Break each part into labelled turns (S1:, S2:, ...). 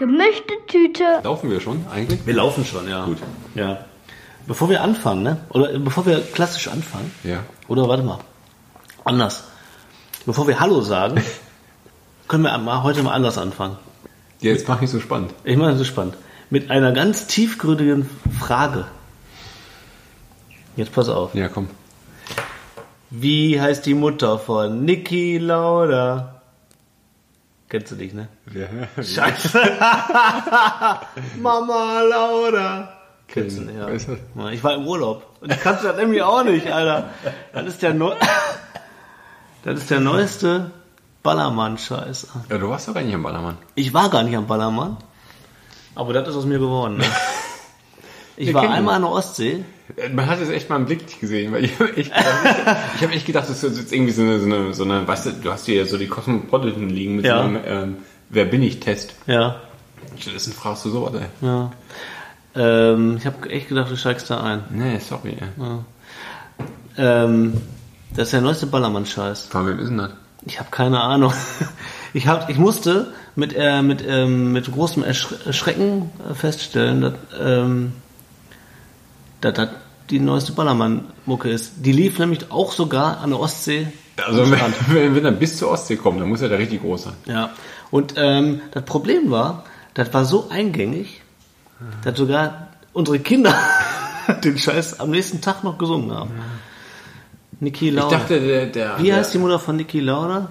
S1: Gemischte Tüte.
S2: Laufen wir schon eigentlich?
S3: Wir laufen schon, ja.
S2: Gut.
S3: Ja. Bevor wir anfangen, ne? Oder bevor wir klassisch anfangen.
S2: Ja.
S3: Oder warte mal. Anders. Bevor wir Hallo sagen, können wir mal heute mal anders anfangen.
S2: Ja, jetzt mach ich so spannend.
S3: Ich meine, das ist spannend. Mit einer ganz tiefgründigen Frage. Jetzt pass auf.
S2: Ja, komm.
S3: Wie heißt die Mutter von Niki Lauda? Kennst du dich, ne? Scheiße. Mama Lauda. Kennst du, ja.
S2: Weißt du?
S3: Ja, Ich war im Urlaub. Und ich kannte das nämlich auch nicht, Alter. Das ist der, neu das ist der neueste Ballermann-Scheiß.
S2: Ja, du warst doch eigentlich am Ballermann.
S3: Ich war gar nicht am Ballermann. Aber das ist aus mir geworden. Ne? Ich
S2: Wir
S3: war
S2: kennen
S3: einmal an der Ostsee.
S2: Man hat es echt mal im Blick gesehen, weil ich, ich, ich habe echt gedacht, das ist jetzt irgendwie so eine, so eine, so eine weißt du, du hast hier ja so die Cosmopolitan liegen mit
S3: Ja.
S2: so einem ähm, Wer bin ich Test.
S3: Ja.
S2: Stattdessen fragst du sowas, ey.
S3: ja. Ähm, ich habe echt gedacht, du steigst da ein.
S2: Nee, sorry, ey.
S3: Ähm, das ist der neueste Ballermann-Scheiß.
S2: Von wem ist denn das?
S3: Ich habe keine Ahnung. Ich, hab, ich musste mit, äh, mit, ähm, mit großem Erschre- Erschrecken äh, feststellen, dass, ähm, dass das die neueste Ballermann-Mucke ist. Die lief nämlich auch sogar an der Ostsee.
S2: Also, wenn, wenn, wenn er bis zur Ostsee kommt, dann muss er da richtig groß sein.
S3: Ja. Und ähm, das Problem war, das war so eingängig, dass sogar unsere Kinder den Scheiß am nächsten Tag noch gesungen haben. Niki
S2: Ich
S3: Lauda.
S2: dachte, der. der
S3: Genau. Wie
S2: der,
S3: heißt die Mutter von Niki Lauda?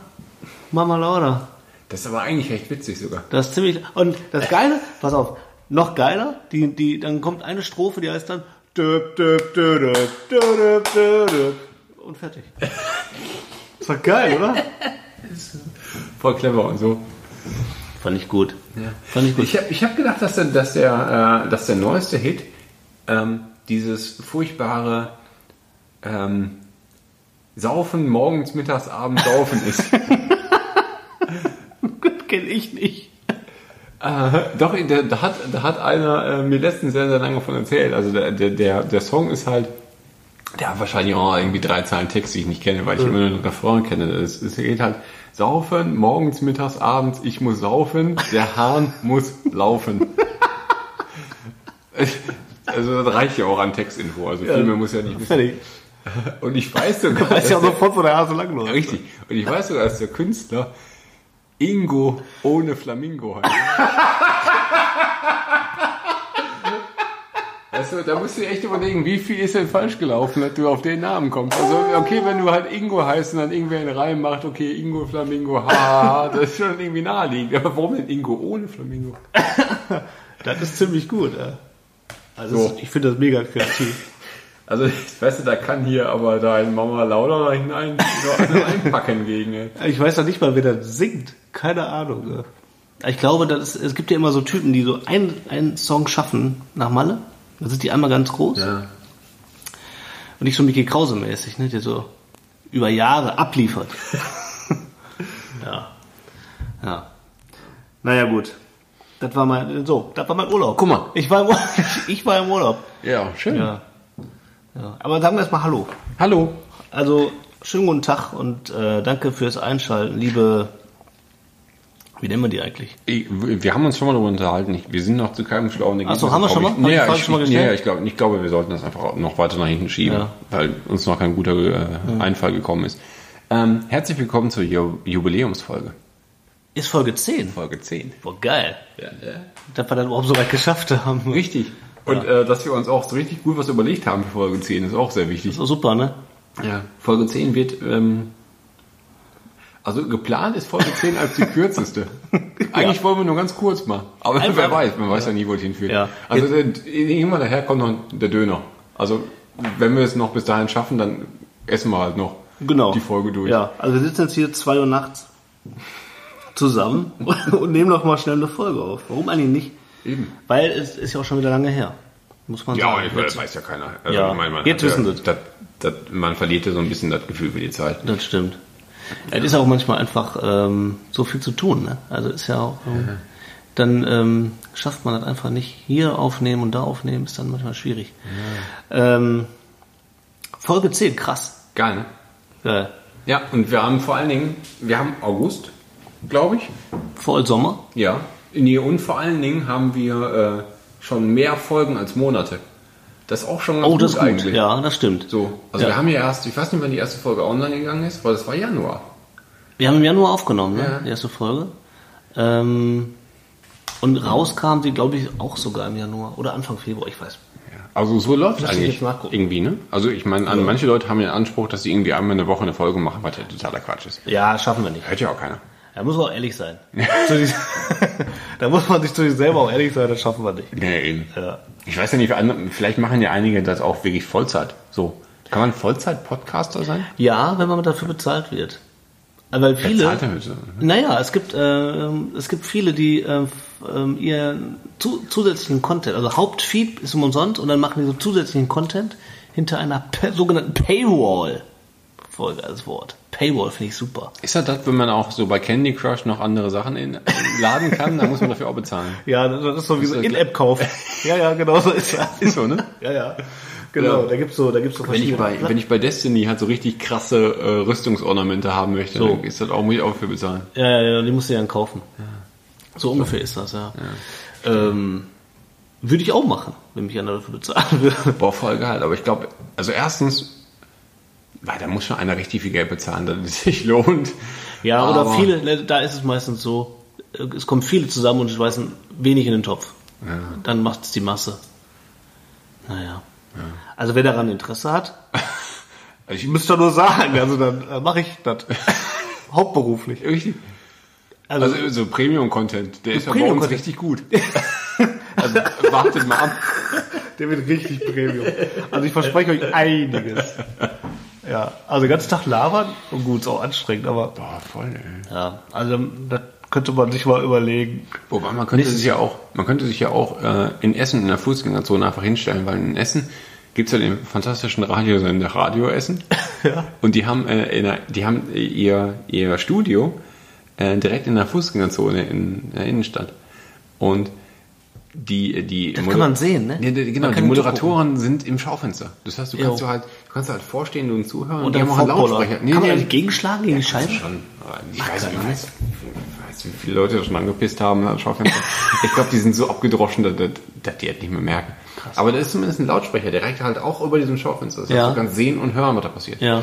S3: Mama Lauda.
S2: Das ist aber eigentlich recht witzig sogar.
S3: Das ist ziemlich. Und das Geile, pass auf, noch geiler, die, die, dann kommt eine Strophe, die heißt dann. Döp, döp, döp, döp, döp, döp, döp. Und fertig. Ist doch geil, oder?
S2: Voll clever und so.
S3: Fand ich gut. Fand ich gut.
S2: Ich habe ich hab gedacht, dass der, dass der, äh, dass der neueste Hit ähm, dieses furchtbare ähm, Saufen morgens, mittags, abends, saufen ist.
S3: Gut, kenn ich nicht.
S2: Äh, Doch, da, da, hat, da hat einer äh, mir letztens sehr, sehr lange von erzählt. Also der, der, der, der Song ist halt, der hat wahrscheinlich auch irgendwie drei Zeilen Text, die ich nicht kenne, weil
S3: Mhm.
S2: ich immer nur den Refrain kenne. Es, es geht halt, saufen, morgens, mittags, abends, ich muss saufen, der Hahn muss laufen. also das reicht ja auch an Textinfo, also viel mehr muss ja nicht wissen.
S3: Fertig.
S2: Und ich weiß sogar,
S3: Weiß ja auch
S2: dass
S3: sofort, wo der Hase lang
S2: der,
S3: läuft.
S2: richtig, und ich weiß sogar, dass der Künstler Ingo ohne Flamingo heißt. Also, da musst du echt überlegen, wie viel ist denn falsch gelaufen, dass du auf den Namen kommst. Also, okay, wenn du halt Ingo heißt und dann irgendwer einen Reim macht, okay, Ingo, Flamingo, haha, das ist schon irgendwie naheliegend. Aber warum denn Ingo ohne Flamingo?
S3: Das ist ziemlich gut, ja. Also,
S2: So.
S3: es- ich finde das mega kreativ.
S2: Also, weißt du, da kann hier aber dein Mama Lauda da hinein nur einpacken gegen. ey.
S3: Ich weiß noch nicht mal, wer das singt. Keine Ahnung. ne? ja. Ich glaube, das ist, es gibt ja immer so Typen, die so einen, einen Song schaffen nach Malle. Dann sind die einmal ganz groß. Und nicht so Mickey Krause mäßig, ne? der so über Jahre abliefert. ja. Ja. Naja, gut. Das war mein, so, das war mein Urlaub.
S2: Guck mal.
S3: Ich war im Urlaub. Ich war im Urlaub.
S2: Ja, schön.
S3: Ja. ja. Aber sagen wir erstmal Hallo.
S2: Hallo.
S3: Also, schönen guten Tag und äh, danke fürs Einschalten, liebe. Wie nennen wir die eigentlich?
S2: Ich, wir haben uns schon mal darüber unterhalten. Ich- Wir sind noch zu keinem schlauen Ergebnis.
S3: so, haben wir schon
S2: glaub
S3: mal? Haben
S2: Ich,
S3: wir die
S2: nee,
S3: Frage
S2: ich,
S3: schon mal
S2: ich, nee,
S3: gestellt?
S2: ich, glaube, ich glaube, wir sollten das einfach noch weiter nach hinten schieben,
S3: Ja.
S2: weil uns noch kein guter äh, Einfall gekommen ist. Ähm, herzlich willkommen zur Ju Jubiläumsfolge,
S3: Ist Folge 10.
S2: Folge 10.
S3: Boah, geil. Dass wir das überhaupt so weit geschafft haben.
S2: Richtig. Und äh, dass wir uns auch so richtig gut was überlegt haben für Folge 10, ist auch sehr wichtig.
S3: So super, ne?
S2: Ja, Folge 10 wird. Ähm, also geplant ist Folge 10 als die kürzeste. Eigentlich wollen wir nur ganz kurz mal. Aber
S3: Einfach-
S2: wer weiß, man weiß ja nie, wo es hinführt.
S3: Ja.
S2: Also der, irgendwann daher kommt noch der Döner. Also wenn wir es noch bis dahin schaffen, dann essen wir halt noch
S3: Genau.
S2: die Folge durch.
S3: Ja, also wir sitzen jetzt hier 2 Uhr nachts. zusammen und nehmen noch mal schnell eine Folge auf. Warum eigentlich nicht? Eben. Weil es ist ja auch schon wieder lange her. Muss man
S2: Ja,
S3: sagen.
S2: ich weiß, weiß ja keiner. Also,
S3: Ja.
S2: ich man
S3: Jetzt
S2: hat
S3: wissen
S2: ja,
S3: sie's.
S2: das, das, Man verliert ja so ein bisschen das Gefühl für die Zeit. ne?
S3: Das stimmt. Es ist auch manchmal einfach ähm, so viel zu tun. Ne? Also ist ja auch, ähm, dann ähm, schafft man das einfach nicht. Hier aufnehmen und da aufnehmen ist dann manchmal schwierig. Ähm, Folge 10, krass.
S2: Geil, ne?
S3: Äh,
S2: Ja, und wir haben vor allen Dingen, wir haben August, glaube ich.
S3: voll Sommer.
S2: Ja. Nee, und vor allen Dingen haben wir äh, schon mehr Folgen als Monate. Das ist auch schon ganz
S3: Oh,
S2: gut
S3: das ist gut.
S2: eigentlich.
S3: Ja, das stimmt.
S2: So, also
S3: Ja.
S2: wir haben ja erst, ich weiß nicht, wann die erste Folge online gegangen ist, weil das war Januar.
S3: Wir haben im Januar aufgenommen, ne?
S2: Ja.
S3: die erste Folge. Ähm, und rauskam sie, glaube ich, auch sogar im Januar oder Anfang Februar, ich weiß.
S2: Also so läuft es
S3: Lass mich
S2: eigentlich
S3: jetzt nachgucken.
S2: irgendwie, ne? Also ich meine, an- manche Leute haben den Anspruch, dass sie irgendwie einmal eine Woche eine Folge machen, was ja totaler Quatsch ist.
S3: Ja, schaffen wir nicht.
S2: Hört ja auch keiner.
S3: Da muss man auch ehrlich sein. Zu sich- da muss man sich zu sich selber auch ehrlich sein, das schaffen wir nicht.
S2: Nee, eben.
S3: Ja.
S2: Ich weiß ja nicht, für andere- vielleicht machen ja einige das auch wirklich Vollzeit. So. Kann man Vollzeit-Podcaster sein?
S3: Ja, wenn man dafür bezahlt wird. Aber Weil viele.
S2: zahlt denn bitte?
S3: Naja, es gibt, ähm, es gibt viele, die ähm, f- ähm, ihren zu, zusätzlichen Content, also Hauptfeed ist umsonst und dann machen die so zusätzlichen Content hinter einer pa- sogenannten Paywall. Folge als Wort. Paywall finde ich super.
S2: Ist das das, wenn man auch so bei Candy Crush noch andere Sachen in, laden kann, dann muss man dafür auch bezahlen.
S3: Ja, das ist so wie
S2: so In-App-Kauf.
S3: ja, ja, genau so ist das.
S2: Ist so, ne?
S3: Ja, ja.
S2: Genau,
S3: da gibt's so, da gibt's so
S2: Wenn ich bei, wenn ich bei Destiny halt so richtig krasse äh, Rüstungsornamente haben möchte,
S3: So.
S2: dann ist das auch, muss ich auch für bezahlen.
S3: Ja, ja, ja, die musst du ja dann kaufen. So ungefähr ist das, ja. Ähm, würde ich auch machen, wenn mich einer dafür bezahlen würde.
S2: Boah, voll geil. Aber ich glaube, also erstens, weil da muss schon einer richtig viel Geld bezahlen, damit es sich lohnt.
S3: Ja,
S2: Aber-
S3: oder viele, ne, da ist es meistens so, äh, es kommen viele zusammen und schmeißen wenig in den Topf. Dann macht es die Masse. Naja. Also wer daran Interesse hat,
S2: Also
S3: ich müsste nur sagen, also dann mache ich das. Hauptberuflich.
S2: ich, richtig.
S3: Also,
S2: Also so Premium-Content, der ist ja bei uns
S3: Premium-Content.
S2: richtig gut. also wartet mal ab.
S3: der wird richtig Premium. Also ich verspreche euch einiges. Ja, also den ganzen Tag labern, und gut, ist auch anstrengend, aber
S2: Boah, Oh, voll, ey.
S3: Ja, also da könnte man sich mal überlegen.
S2: Wobei man könnte sich ja auch, man könnte sich ja auch äh, in Essen in der Fußgängerzone einfach hinstellen, weil in Essen gibt's ja den fantastischen Radiosender Radio Essen.
S3: Ja.
S2: Und die haben, äh, in der, die haben ihr, ihr Studio äh, direkt in der Fußgängerzone in der Innenstadt. Und die, die das
S3: kann man sehen, ne?
S2: Ja, die, genau,
S3: Man
S2: die
S3: kann
S2: Moderatoren sind im Schaufenster. Das heißt, du kannst
S3: Jo.
S2: du halt, du kannst halt vorstehen und zuhören
S3: Und dann
S2: die haben auch einen
S3: Vorbowler.
S2: Lautsprecher.
S3: Kann man da nicht gegenschlagen gegen die
S2: kannst du
S3: Scheibe?
S2: Schon. Aber Ich weiß, ich, weiß, ich weiß, wie viele Leute das schon angepisst haben. am Schaufenster. ich glaube, die sind so abgedroschen, dass, dass, dass die das nicht mehr merken. Aber da ist zumindest ein Lautsprecher, der reicht halt auch über diesem Schaufenster. Das heißt,
S3: Ja.
S2: du kannst sehen und hören, was da passiert.
S3: Ja.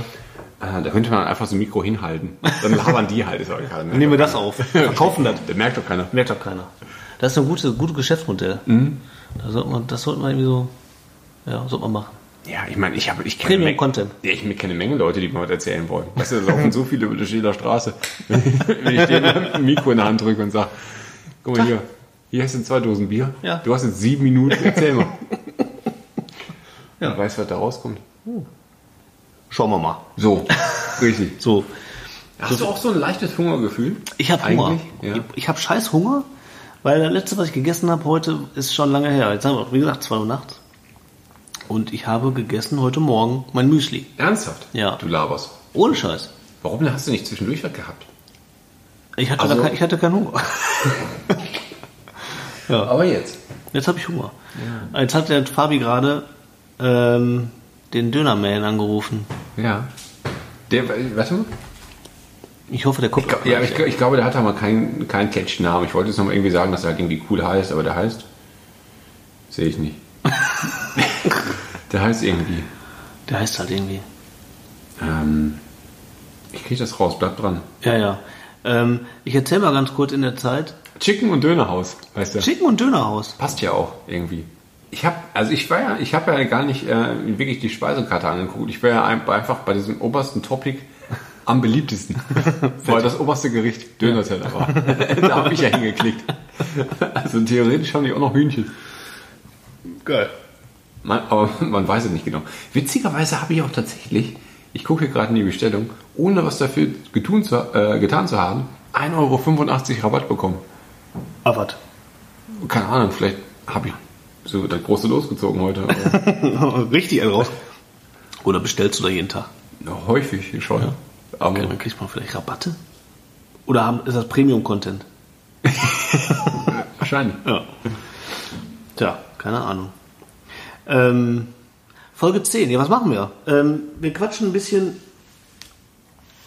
S2: Äh, da könnte man einfach so ein Mikro hinhalten. Dann labern die halt. Ist auch egal. Merkt
S3: Nehmen wir
S2: doch
S3: das
S2: keiner.
S3: auf. Verkaufen das.
S2: Da merkt doch keiner.
S3: Merkt doch keiner. Mhm. Das ist ein gutes, gutes Geschäftsmodell. Da sollte man, das sollte man irgendwie so, ja, sollte man machen.
S2: Ja, ich meine, ich habe, ich kenne
S3: Premium
S2: Menge-
S3: Content.
S2: Ja, ich kenne eine Menge Leute, die mir was erzählen wollen. Weißt du, da laufen so viele über die Schäler Straße. Wenn ich denen ein Mikro in der Hand drücke und sage, guck mal hier, hier hast du zwei Dosen Bier.
S3: Ja.
S2: Du hast jetzt sieben Minuten, erzähl mal. Ja. Weißt du, was da rauskommt?
S3: Schauen wir mal.
S2: So, richtig.
S3: So,
S2: Hast du auch so ein leichtes Hungergefühl?
S3: ich habe Hunger.
S2: Eigentlich?
S3: Ich, ich habe scheiß Hunger, weil das letzte, was ich gegessen habe heute, ist schon lange her. Jetzt haben wir, wie gesagt, 2 Uhr nachts. Und ich habe gegessen heute Morgen mein Müsli.
S2: Ernsthaft?
S3: Ja.
S2: Du laberst.
S3: Ohne Scheiß.
S2: Warum denn hast du nicht zwischendurch was gehabt?
S3: Ich hatte,
S2: Also-
S3: gar kein, ich hatte keinen Hunger.
S2: Aber jetzt.
S3: Jetzt habe ich Hunger. Jetzt hat der Fabi gerade ähm, den Dönerman angerufen.
S2: Ja. Der, warte mal.
S3: Ich hoffe, der kommt.
S2: Ja, ich, ich glaube, der hat da mal keinen keinen Catch-Namen. Ich wollte jetzt noch mal irgendwie sagen, dass er halt irgendwie cool heißt, aber der heißt. Sehe ich nicht. der heißt irgendwie.
S3: Der heißt halt irgendwie.
S2: Ähm, ich kriege das raus, bleib dran.
S3: Ja, ja. Ähm, ich erzähle mal ganz kurz in der Zeit.
S2: Chicken und Dönerhaus heißt der.
S3: Chicken und Dönerhaus.
S2: Passt ja auch irgendwie. Ich habe, also ich war ja, ich habe ja gar nicht äh, wirklich die Speisekarte angeguckt. Ich war ja ein- einfach bei diesem obersten Topic am beliebtesten, weil das oberste Gericht Dönerteller war. da habe ich ja hingeklickt. Also theoretisch haben die auch noch Hühnchen.
S3: Geil.
S2: Man, aber man weiß es nicht genau. Witzigerweise habe ich auch tatsächlich, ich gucke hier gerade in die Bestellung, ohne was dafür getun zu, äh, getan zu haben, 1,85 Euro Rabatt bekommen.
S3: Aber
S2: Keine Ahnung, vielleicht habe ich so das große losgezogen heute. aber
S3: was? Richtig einen raus. Oder bestellst du da jeden Tag?
S2: Häufig schon. Aber
S3: Okay, dann kriegt man vielleicht Rabatte? Oder haben, ist das Premium-Content?
S2: wahrscheinlich.
S3: Ja. Tja, keine Ahnung. Ähm, Folge 10, ja, was machen wir? Ähm, wir quatschen ein bisschen.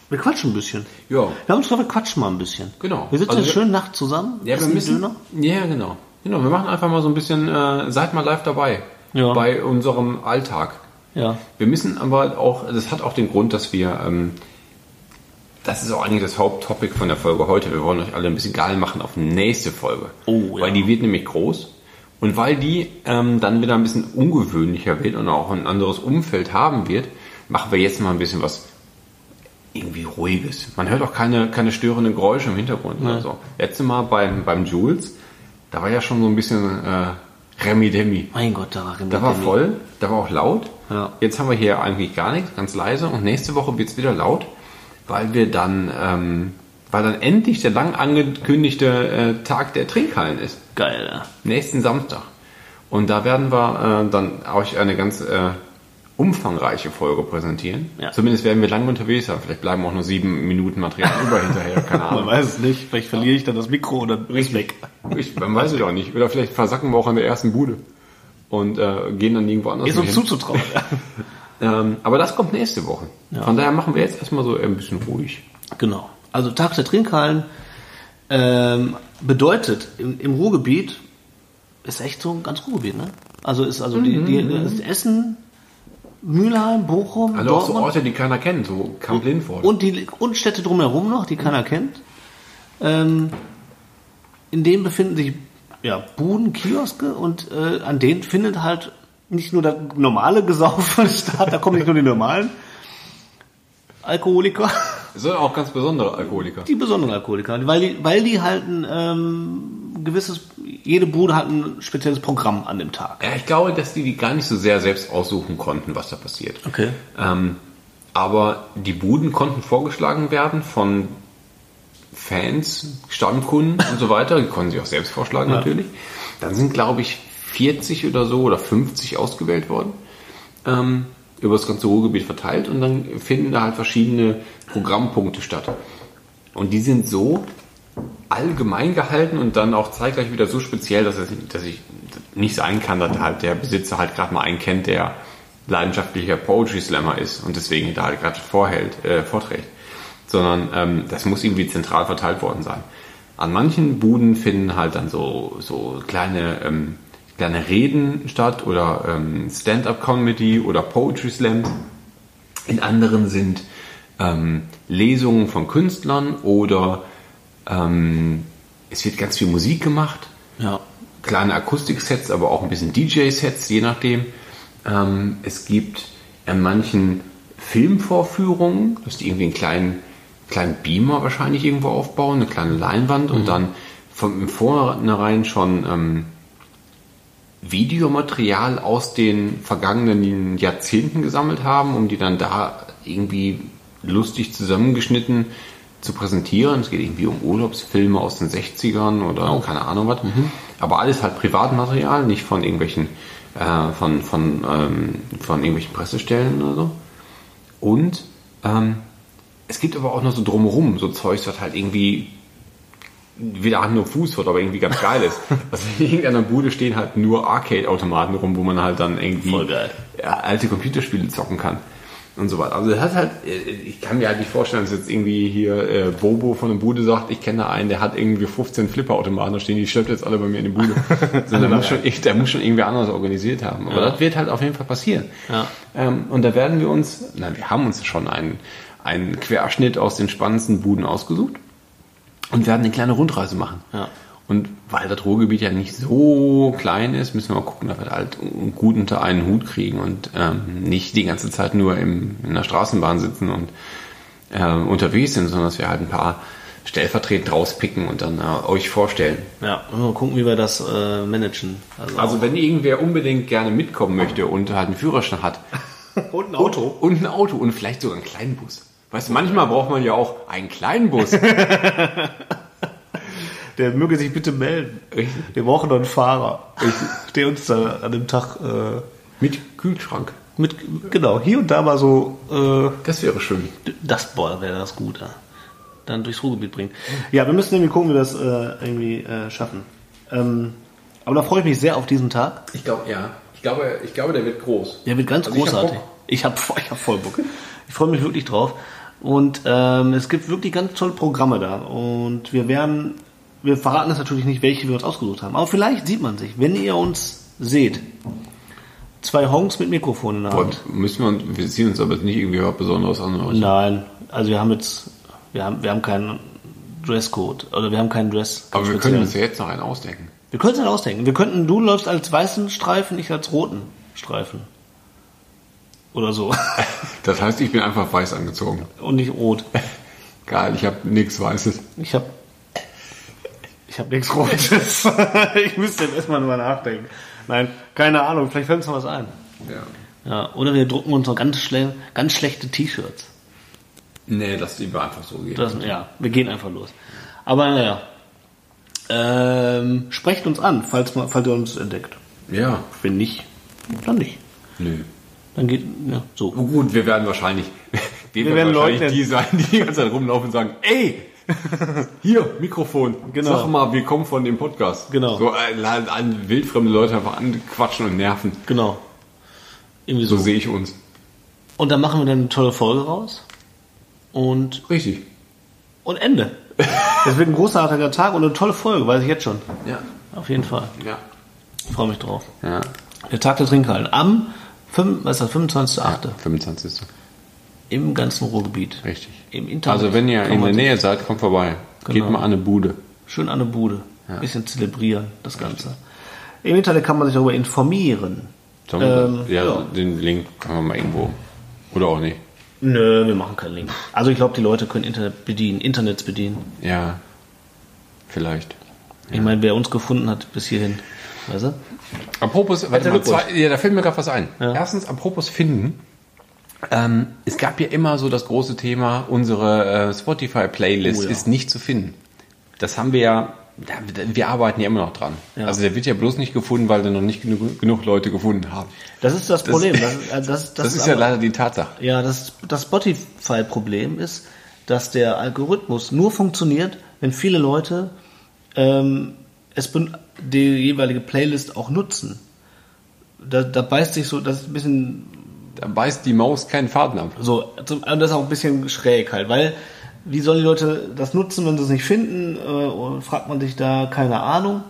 S3: Wir quatschen ein bisschen.
S2: Ja.
S3: Wir haben uns gedacht, wir quatschen mal ein bisschen.
S2: Genau.
S3: Wir sitzen
S2: Also
S3: jetzt
S2: wir-
S3: schön Nacht zusammen.
S2: Ja, wir
S3: essen
S2: müssen.
S3: Döner.
S2: Ja, genau. Genau, wir machen einfach mal so ein bisschen, äh, seid mal live dabei.
S3: Ja.
S2: Bei unserem Alltag.
S3: Ja.
S2: Wir müssen aber auch, das hat auch den Grund, dass wir, ähm, das ist auch eigentlich das Haupttopic von der Folge heute. Wir wollen euch alle ein bisschen geil machen auf die nächste Folge.
S3: Oh, ja.
S2: Weil die wird nämlich groß. Und weil die ähm, dann wieder ein bisschen ungewöhnlicher wird und auch ein anderes Umfeld haben wird, machen wir jetzt mal ein bisschen was irgendwie ruhiges. Man hört auch keine, keine störenden Geräusche im Hintergrund. Oder so. Letztes Mal beim, beim Jules, da war ja schon so ein bisschen äh, Remi-Demi.
S3: Mein Gott, da war
S2: Da war voll, da war auch laut.
S3: Ja.
S2: Jetzt haben wir hier eigentlich gar nichts, ganz leise. Und nächste Woche wird es wieder laut, weil wir dann, ähm, weil dann endlich der lang angekündigte äh, Tag der Trinkhallen ist.
S3: Geil, ja.
S2: Nächsten Samstag. Und da werden wir äh, dann euch eine ganz äh, umfangreiche Folge präsentieren.
S3: Ja.
S2: Zumindest werden wir lange unterwegs sein. Vielleicht bleiben auch nur sieben Minuten Material über hinterher. Keine
S3: Man
S2: Ahnung.
S3: weiß es nicht. Vielleicht verliere ich dann das Mikro und dann bin ich weg.
S2: Ich, man weiß es auch nicht. Oder vielleicht versacken wir auch an der ersten Bude und äh, gehen dann irgendwo anders
S3: Ist uns
S2: hin.
S3: zuzutrauen.
S2: Ähm, aber das kommt nächste Woche.
S3: Ja.
S2: Von daher machen wir jetzt erstmal so ein bisschen ruhig.
S3: Genau. Also Tag der Trinkhallen ähm, bedeutet im, im Ruhrgebiet ist echt so ein ganz Ruhrgebiet, ne? Also ist also die, die das ist Essen, Mülheim, Bochum,
S2: Also auch so
S3: Dortmund
S2: Orte, die keiner kennt, so Kamp Lindford.
S3: und die und Städte drumherum noch, die keiner kennt. Ähm, in denen befinden sich ja, Buden, Kioske und äh, an denen findet halt nicht nur das normale Gesaufen statt, da kommen nicht nur die normalen Alkoholiker,
S2: sind auch ganz besondere Alkoholiker.
S3: Die besonderen Alkoholiker, weil die, weil die halt ein ähm, gewisses, jede Bude hat ein spezielles Programm an dem Tag.
S2: Ja, ich glaube, dass die die gar nicht so sehr selbst aussuchen konnten, was da passiert.
S3: Okay.
S2: Ähm, aber die Buden konnten vorgeschlagen werden von Fans, Stammkunden und so weiter. Die konnten sich auch selbst vorschlagen natürlich. Dann sind, glaube ich, 40 oder so oder 50 ausgewählt worden. Ähm, über das ganze Ruhrgebiet verteilt und dann finden da halt verschiedene Programmpunkte statt. Und die sind so allgemein gehalten und dann auch zeitgleich wieder so speziell, dass, es, dass ich nicht sagen kann, dass halt der Besitzer halt gerade mal einen kennt, der leidenschaftlicher Poetry Slammer ist und deswegen da halt gerade vorhält, äh, vorträgt. Sondern ähm, das muss irgendwie zentral verteilt worden sein. An manchen Buden finden halt dann so, so kleine, ähm, kleine Reden statt oder ähm, Stand-up-Comedy oder Poetry Slams. In anderen sind ähm, Lesungen von Künstlern oder ähm, es wird ganz viel Musik gemacht,
S3: Ja.
S2: kleine Akustik-Sets, aber auch ein bisschen DJ-Sets, je nachdem. Ähm, es gibt an manchen Filmvorführungen, dass die irgendwie einen kleinen, kleinen Beamer wahrscheinlich irgendwo aufbauen, eine kleine Leinwand und dann von im Vornherein schon ähm, Videomaterial aus den vergangenen Jahrzehnten gesammelt haben, um die dann da irgendwie lustig zusammengeschnitten zu präsentieren. Es geht irgendwie um Urlaubsfilme aus den 60ern oder keine Ahnung was. Aber alles halt Privatmaterial, nicht von irgendwelchen, äh, von, von, ähm, von irgendwelchen Pressestellen oder so. Und ähm, es gibt aber auch noch so drumherum, so Zeugs, was halt irgendwie wieder Hand und Fuß wird, aber irgendwie ganz geil ist. Also in irgendeiner Bude stehen halt nur Arcade-Automaten rum, wo man halt dann irgendwie
S3: Voll geil.
S2: Ja, alte Computerspiele zocken kann und so weiter. Also das hat halt, äh, ich kann mir halt nicht vorstellen, dass jetzt irgendwie hier äh, Bobo von der Bude sagt, ich kenne da einen, der hat irgendwie 15 Flipper-Automaten, da stehen die Schöpfe jetzt alle bei mir in der Bude. Sondern der muss, schon, ich- der muss schon irgendwie anders organisiert haben. Aber das wird halt auf jeden Fall passieren.
S3: Ja.
S2: Ähm, und da werden wir uns, nein, wir haben uns schon einen, einen Querschnitt aus den spannendsten Buden ausgesucht und werden eine kleine Rundreise machen.
S3: Ja.
S2: Und weil das Ruhrgebiet ja nicht so klein ist, müssen wir mal gucken, dass wir das halt gut unter einen Hut kriegen und ähm, nicht die ganze Zeit nur im, in der Straßenbahn sitzen und ähm, unterwegs sind, sondern dass wir halt ein paar stellvertretend rauspicken und dann äh, euch vorstellen.
S3: Ja, müssen wir mal gucken, wie wir das äh, managen. Also,
S2: Also wenn irgendwer unbedingt gerne mitkommen möchte und halt einen Führerschein hat
S3: und ein
S2: und ein Auto und vielleicht sogar einen kleinen Bus. Weißt du, manchmal braucht man ja auch einen kleinen Bus.
S3: Der möge sich bitte melden.
S2: Richtig.
S3: Wir brauchen noch einen Fahrer, der uns da an dem Tag äh,
S2: Mit Kühlschrank.
S3: mit, genau, hier und da mal so, äh,
S2: Das wäre schön.
S3: das, boah, wäre das gut, ja. dann durchs Ruhrgebiet bringen. Ja, wir müssen irgendwie gucken, wie wir das äh, irgendwie äh, schaffen. Ähm, aber da freue ich mich sehr auf diesen Tag.
S2: Ich glaube, ja. Ich glaube, ich glaube, der wird groß.
S3: Der wird ganz
S2: Also ich hab
S3: großartig.
S2: Bock.
S3: Ich habe ich hab voll Bock. Ich freue mich wirklich drauf. Und ähm, es gibt wirklich ganz tolle Programme da. Und wir werden, wir verraten das natürlich nicht, welche wir uns ausgesucht haben. Aber vielleicht sieht man sich, wenn ihr uns seht. Zwei Hongs mit Mikrofon in der Hand.
S2: Müssen wir, uns- wir ziehen uns aber nicht irgendwie was Besonderes an. oder so.
S3: Nein, also wir haben jetzt, wir haben, wir haben keinen Dresscode oder wir haben keinen Dress.
S2: aber wir
S3: speziellen.
S2: können uns ja jetzt noch einen ausdenken.
S3: wir können es halt ausdenken. Wir könnten, du läufst als weißen Streifen, ich als roten Streifen. Oder so.
S2: Das heißt, ich bin einfach weiß angezogen.
S3: Und nicht rot.
S2: Geil, ich habe nichts Weißes.
S3: Ich hab, ich hab nichts Rotes. ich müsste jetzt erstmal drüber nachdenken. Nein, keine Ahnung, vielleicht fällt uns noch was ein.
S2: Ja.
S3: Ja, oder wir drucken uns noch ganz, schle ganz schlechte T-Shirts.
S2: Nee, lass lieber einfach so gehen.
S3: Das, ja, wir gehen einfach los. Aber naja. Ähm, sprecht uns an, falls, mal, falls ihr uns entdeckt.
S2: ja.
S3: Wenn nicht, dann nicht.
S2: Nö.
S3: Dann geht, ja, so.
S2: Oh, gut, wir werden wahrscheinlich, wir
S3: werden leugnen.
S2: die sein, die die ganze Zeit rumlaufen und sagen, ey, hier, Mikrofon,
S3: Genau.
S2: sag mal, wir kommen von dem Podcast.
S3: Genau.
S2: So äh, la- an wildfremde Leute einfach anquatschen und nerven.
S3: Genau. Irgendwie
S2: So
S3: so.
S2: sehe ich uns.
S3: Und dann machen wir dann eine tolle Folge raus. Und,
S2: Richtig.
S3: und Ende. Es wird ein großartiger Tag und eine tolle Folge, weiß ich jetzt schon.
S2: Ja.
S3: Auf jeden Fall.
S2: Ja.
S3: Ich freue mich drauf.
S2: Ja.
S3: Der Tag der Trinkhallen. Am 5, was ist das, 25.8.
S2: 25.
S3: im ganzen Ruhrgebiet.
S2: Richtig.
S3: Im Internet.
S2: Also wenn ihr
S3: Kann
S2: in der
S3: man
S2: Nähe seid, kommt vorbei.
S3: Genau.
S2: Geht mal an eine Bude.
S3: Schön an der Bude.
S2: Ja.
S3: Bisschen zelebrieren, das Ganze. Im Internet kann man sich darüber informieren.
S2: Sollen wir
S3: Ähm,
S2: das- ja,
S3: ja.
S2: den Link können wir mal irgendwo. Oder auch nicht.
S3: Nö, wir machen keinen Link. Also ich glaube, die Leute können Internet bedienen, Internets bedienen.
S2: Ja. Vielleicht.
S3: Ich meine, wer uns gefunden hat bis hierhin, weißt du?
S2: Apropos, warte mal,
S3: Glückwunsch.
S2: zwei, ja, da fällt mir gerade was ein. Erstens, apropos finden. Ähm, es gab ja immer so das große Thema, unsere äh, Spotify-Playlist
S3: Oh ja.
S2: ist nicht zu finden. Das haben wir ja, da, da- wir arbeiten ja immer noch dran.
S3: Ja.
S2: Also der wird ja bloß nicht gefunden, weil da noch nicht genug, genug Leute gefunden haben.
S3: Das ist das Problem. Das, äh, das, das,
S2: Das, ist ja
S3: aber-
S2: leider die Tatsache.
S3: ja, das, das Spotify-Problem ist, dass der Algorithmus nur funktioniert, wenn viele Leute ähm, es ben- die jeweilige Playlist auch nutzen. Da, da beißt sich so, das ist ein bisschen
S2: Da beißt die Maus keinen Faden ab.
S3: So, zum, und das ist auch ein bisschen schräg halt, weil wie sollen die Leute das nutzen, wenn sie es nicht finden? Äh, und fragt man sich da, keine Ahnung.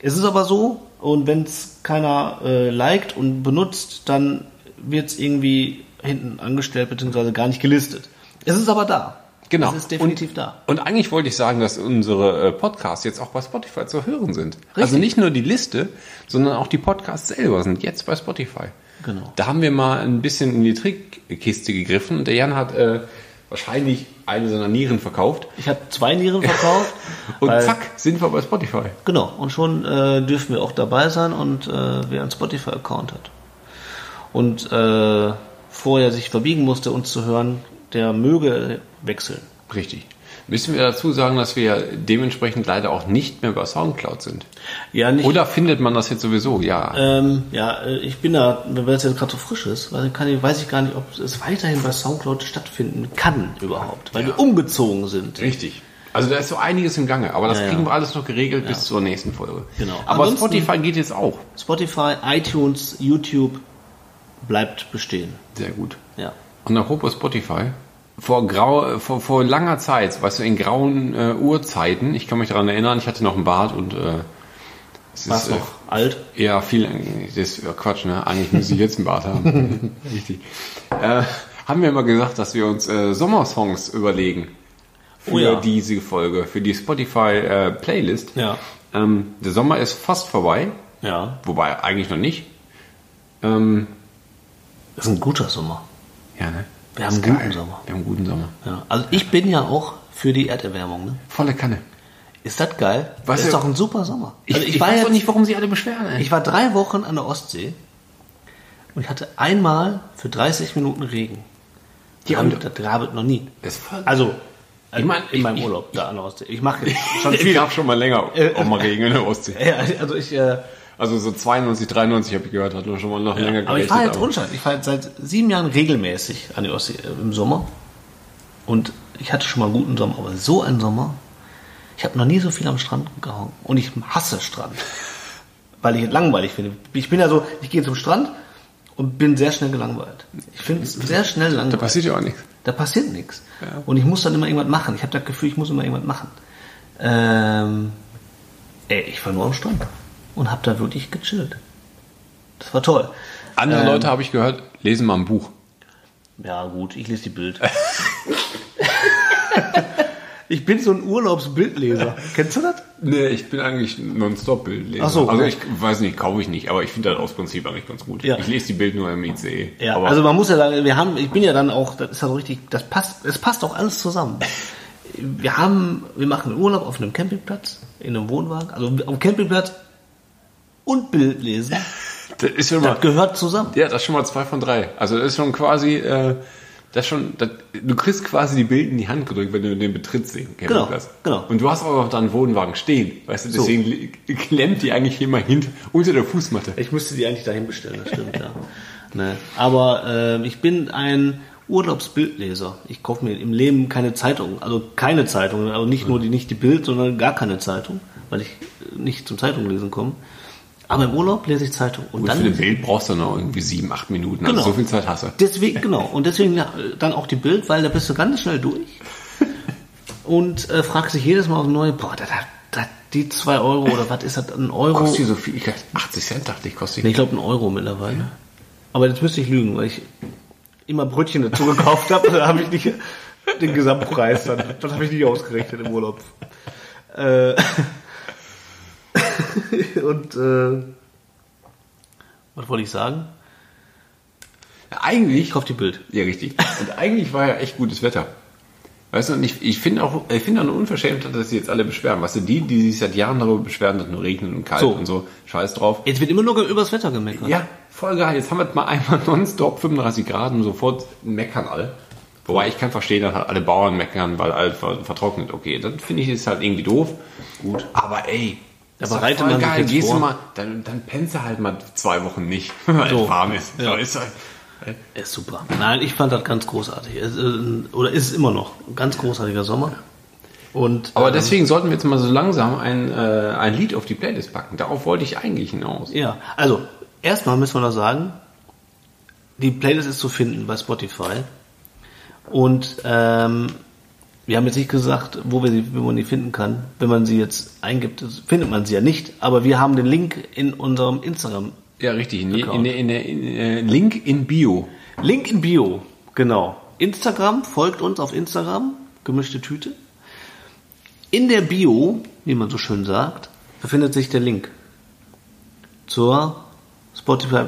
S3: Es ist aber so, und wenn es keiner äh, liked und benutzt, dann wird es irgendwie hinten angestellt bzw. gar nicht gelistet. Es ist aber da.
S2: Genau.
S3: Es ist definitiv da.
S2: Und eigentlich wollte ich sagen, dass unsere äh, Podcasts jetzt auch bei Spotify zu hören sind. Also
S3: Richtig.
S2: nicht nur die Liste, sondern auch die Podcasts selber sind jetzt bei Spotify.
S3: Genau.
S2: Da haben wir mal ein bisschen in die Trickkiste gegriffen. Der Jan hat äh, wahrscheinlich eine seiner Nieren verkauft.
S3: Ich habe zwei Nieren verkauft.
S2: Und
S3: weil-
S2: zack, sind wir bei Spotify.
S3: Genau, und schon äh, dürfen wir auch dabei sein und äh, wer einen Spotify-Account hat und äh, vorher sich verbiegen musste, uns zu hören, der möge wechseln.
S2: Richtig. Müssen wir dazu sagen, dass wir ja dementsprechend leider auch nicht mehr bei Soundcloud sind.
S3: Ja, nicht.
S2: Oder findet man das jetzt sowieso? Ja.
S3: Ähm, ja, äh, ich bin da, weil es jetzt gerade so frisch ist, weil kann ich, weiß ich gar nicht, ob es weiterhin bei Soundcloud stattfinden kann überhaupt, weil wir umgezogen sind.
S2: Richtig. Also da ist so einiges im Gange, aber das
S3: Ja, ja.
S2: kriegen wir alles noch geregelt bis zur nächsten Folge.
S3: Genau.
S2: Aber
S3: Ansonsten-
S2: Spotify geht jetzt auch.
S3: Spotify, iTunes, YouTube bleibt bestehen.
S2: Sehr gut.
S3: Ja.
S2: Und apropos Spotify, vor, grau, äh, vor, vor langer Zeit, weißt du, in grauen äh, Uhrzeiten, ich kann mich daran erinnern, ich hatte noch einen Bart und äh, es
S3: War's
S2: äh,
S3: noch alt?
S2: Ja, viel, das ist ja Quatsch, ne? Eigentlich müsste ich jetzt einen Bart haben. Richtig. Äh, haben wir immer gesagt, dass wir uns äh, Sommersongs überlegen für
S3: Oh ja.
S2: diese Folge, für die äh, Spotify-Playlist.
S3: Ja.
S2: Ähm, der Sommer ist fast vorbei,
S3: Ja.
S2: wobei eigentlich noch nicht. Ähm,
S3: Das ist ein guter Sommer.
S2: ja, ne?
S3: Wir
S2: Das
S3: haben
S2: ist
S3: einen guten Sommer.
S2: Wir haben einen guten Sommer.
S3: Ja, also ich bin ja auch für die Erderwärmung. Ne?
S2: Volle Kanne.
S3: Ist das geil?
S2: Was
S3: das ist
S2: ja-
S3: doch ein super Sommer.
S2: Ich,
S3: Also
S2: ich, weiß doch nicht, warum sie alle beschweren. Ey.
S3: ich war drei Wochen an der Ostsee und ich hatte einmal für 30 Minuten Regen.
S2: Die haben-
S3: das gabet noch nie.
S2: Das ist voll.
S3: Also,
S2: Ich mein,
S3: in
S2: ich-
S3: meinem
S2: ich-
S3: Urlaub da an der Ostsee. Ich mache schon
S2: ich
S3: viel.
S2: gab schon mal länger auch mal Regen in der Ostsee.
S3: ja, also ich, äh,
S2: Also so 92, 93 habe ich gehört, hat man schon mal noch länger
S3: aber ich
S2: gerechnet.
S3: fahre jetzt Rundscheid. Ich fahre jetzt seit sieben Jahren regelmäßig an die Ostsee äh, im Sommer. Und ich hatte schon mal einen guten Sommer, aber so einen Sommer. Ich habe noch nie so viel am Strand gehangen. Und ich hasse Strand. Weil ich es langweilig finde. Ich bin ja so, ich gehe zum Strand und bin sehr schnell gelangweilt. Ich finde es sehr schnell langweilig.
S2: Da passiert ja auch nichts.
S3: Da passiert nichts.
S2: Ja.
S3: Und ich muss dann immer irgendwas machen. Ich habe das Gefühl, ich muss immer irgendwas machen. Ähm, ey, ich war nur am Strand und habe da wirklich gechillt. Das war toll.
S2: Andere
S3: Ähm,
S2: Leute habe ich gehört, lesen mal ein Buch.
S3: Ja, gut, ich lese die Bild. ich bin so ein Urlaubsbildleser. Kennst du das?
S2: Nee, ich bin eigentlich nonstop Bildleser.
S3: Ach so,
S2: also
S3: ja.
S2: ich weiß nicht, kaufe ich nicht, aber ich finde das aus Prinzip eigentlich ganz gut.
S3: Ja.
S2: Ich lese die Bild nur im ICE.
S3: Ja,
S2: aber
S3: also man muss ja sagen, wir haben, ich bin ja dann auch, das ist ja so richtig, das passt, es passt auch alles zusammen. Wir haben, wir machen einen Urlaub auf einem Campingplatz, in einem Wohnwagen, also auf dem Campingplatz und Bild lesen,
S2: das ist schon mal,
S3: das gehört zusammen.
S2: ja, das ist schon mal zwei von drei. Also das ist schon quasi, äh, das ist schon, das, du kriegst quasi die Bild in die Hand gedrückt, wenn du den betrittst, den Campingplatz.
S3: genau.
S2: Und du hast aber auch deinen Wohnwagen stehen, weißt du, deswegen li- klemmt die eigentlich immer hinter, unter der Fußmatte.
S3: Ich müsste die eigentlich dahin bestellen, das stimmt, ja. Ne. Aber ähm, ich bin ein Urlaubsbildleser. Ich kaufe mir im Leben keine Zeitung, also keine Zeitung, also nicht nur die, nicht die Bild, sondern gar keine Zeitung, weil ich äh, nicht zum Zeitunglesen komme. Aber im Urlaub lese ich Zeitung. Und,
S2: Und
S3: dann
S2: für den Bild brauchst du noch irgendwie sieben, acht Minuten. Also
S3: Genau.
S2: so viel Zeit hast du.
S3: Deswegen, genau. Und deswegen äh, dann auch die Bild, weil da bist du ganz schnell durch und äh, fragst dich jedes Mal aufs Neue, boah, das hat das, die zwei Euro oder was ist das, ein Euro?
S2: Kostet die so viel? Ich dachte, 80 Cent dachte ich, kostet
S3: Nee,
S2: die.
S3: ich glaube, ein Euro mittlerweile. Aber jetzt müsste ich lügen, weil ich immer Brötchen dazu gekauft habe. Da habe ich nicht den Gesamtpreis dann. Das habe ich nicht ausgerechnet im Urlaub. Äh, und äh, was wollte ich sagen?
S2: Eigentlich
S3: Ich kaufe die Bild.
S2: Ja, richtig. Und eigentlich war ja echt gutes Wetter. Weißt du, und ich, ich finde auch, ich finde auch eine Unverschämtheit, dass sie jetzt alle beschweren. Weißt du, die, die sich seit Jahren darüber beschweren, dass nur regnet und kalt
S3: So.
S2: und so, scheiß drauf.
S3: Jetzt wird immer nur übers Wetter gemeckert.
S2: Ja, voll geil. Jetzt haben wir mal einmal nonstop 35 Grad und sofort meckern alle. Wobei ich kann verstehen, dass halt alle Bauern meckern, weil alles ver- vertrocknet. Okay, dann finde ich es halt irgendwie doof. Gut. Aber ey, das
S3: Aber
S2: ist doch
S3: reite
S2: voll
S3: man sich
S2: geil.
S3: jetzt
S2: Gehst du
S3: vor?
S2: mal, dann, dann pennst du halt mal zwei Wochen nicht, weil
S3: So.
S2: es warm ist.
S3: Ja.
S2: So ist halt.
S3: Ist super. Nein, ich fand das ganz großartig. Es, äh, Oder ist es immer noch. Ein ganz großartiger Sommer. Und,
S2: Aber
S3: ähm,
S2: deswegen sollten wir jetzt mal so langsam ein, äh, ein Lied auf die Playlist packen. Darauf wollte ich eigentlich hinaus.
S3: Ja, also erstmal müssen wir noch sagen, die Playlist ist zu finden bei Spotify. Und ähm, wir haben jetzt nicht gesagt, wo, wir sie, wo man die finden kann. Wenn man sie jetzt eingibt, ist- findet man sie ja nicht. Aber wir haben den Link in unserem Instagram.
S2: Ja, richtig. In,
S3: Account.
S2: in, der- in, der- in, äh, Link in Bio.
S3: Link in Bio, genau. Instagram, folgt uns auf Instagram, gemischte Tüte. In der Bio, wie man so schön sagt, befindet sich der Link zur Spotify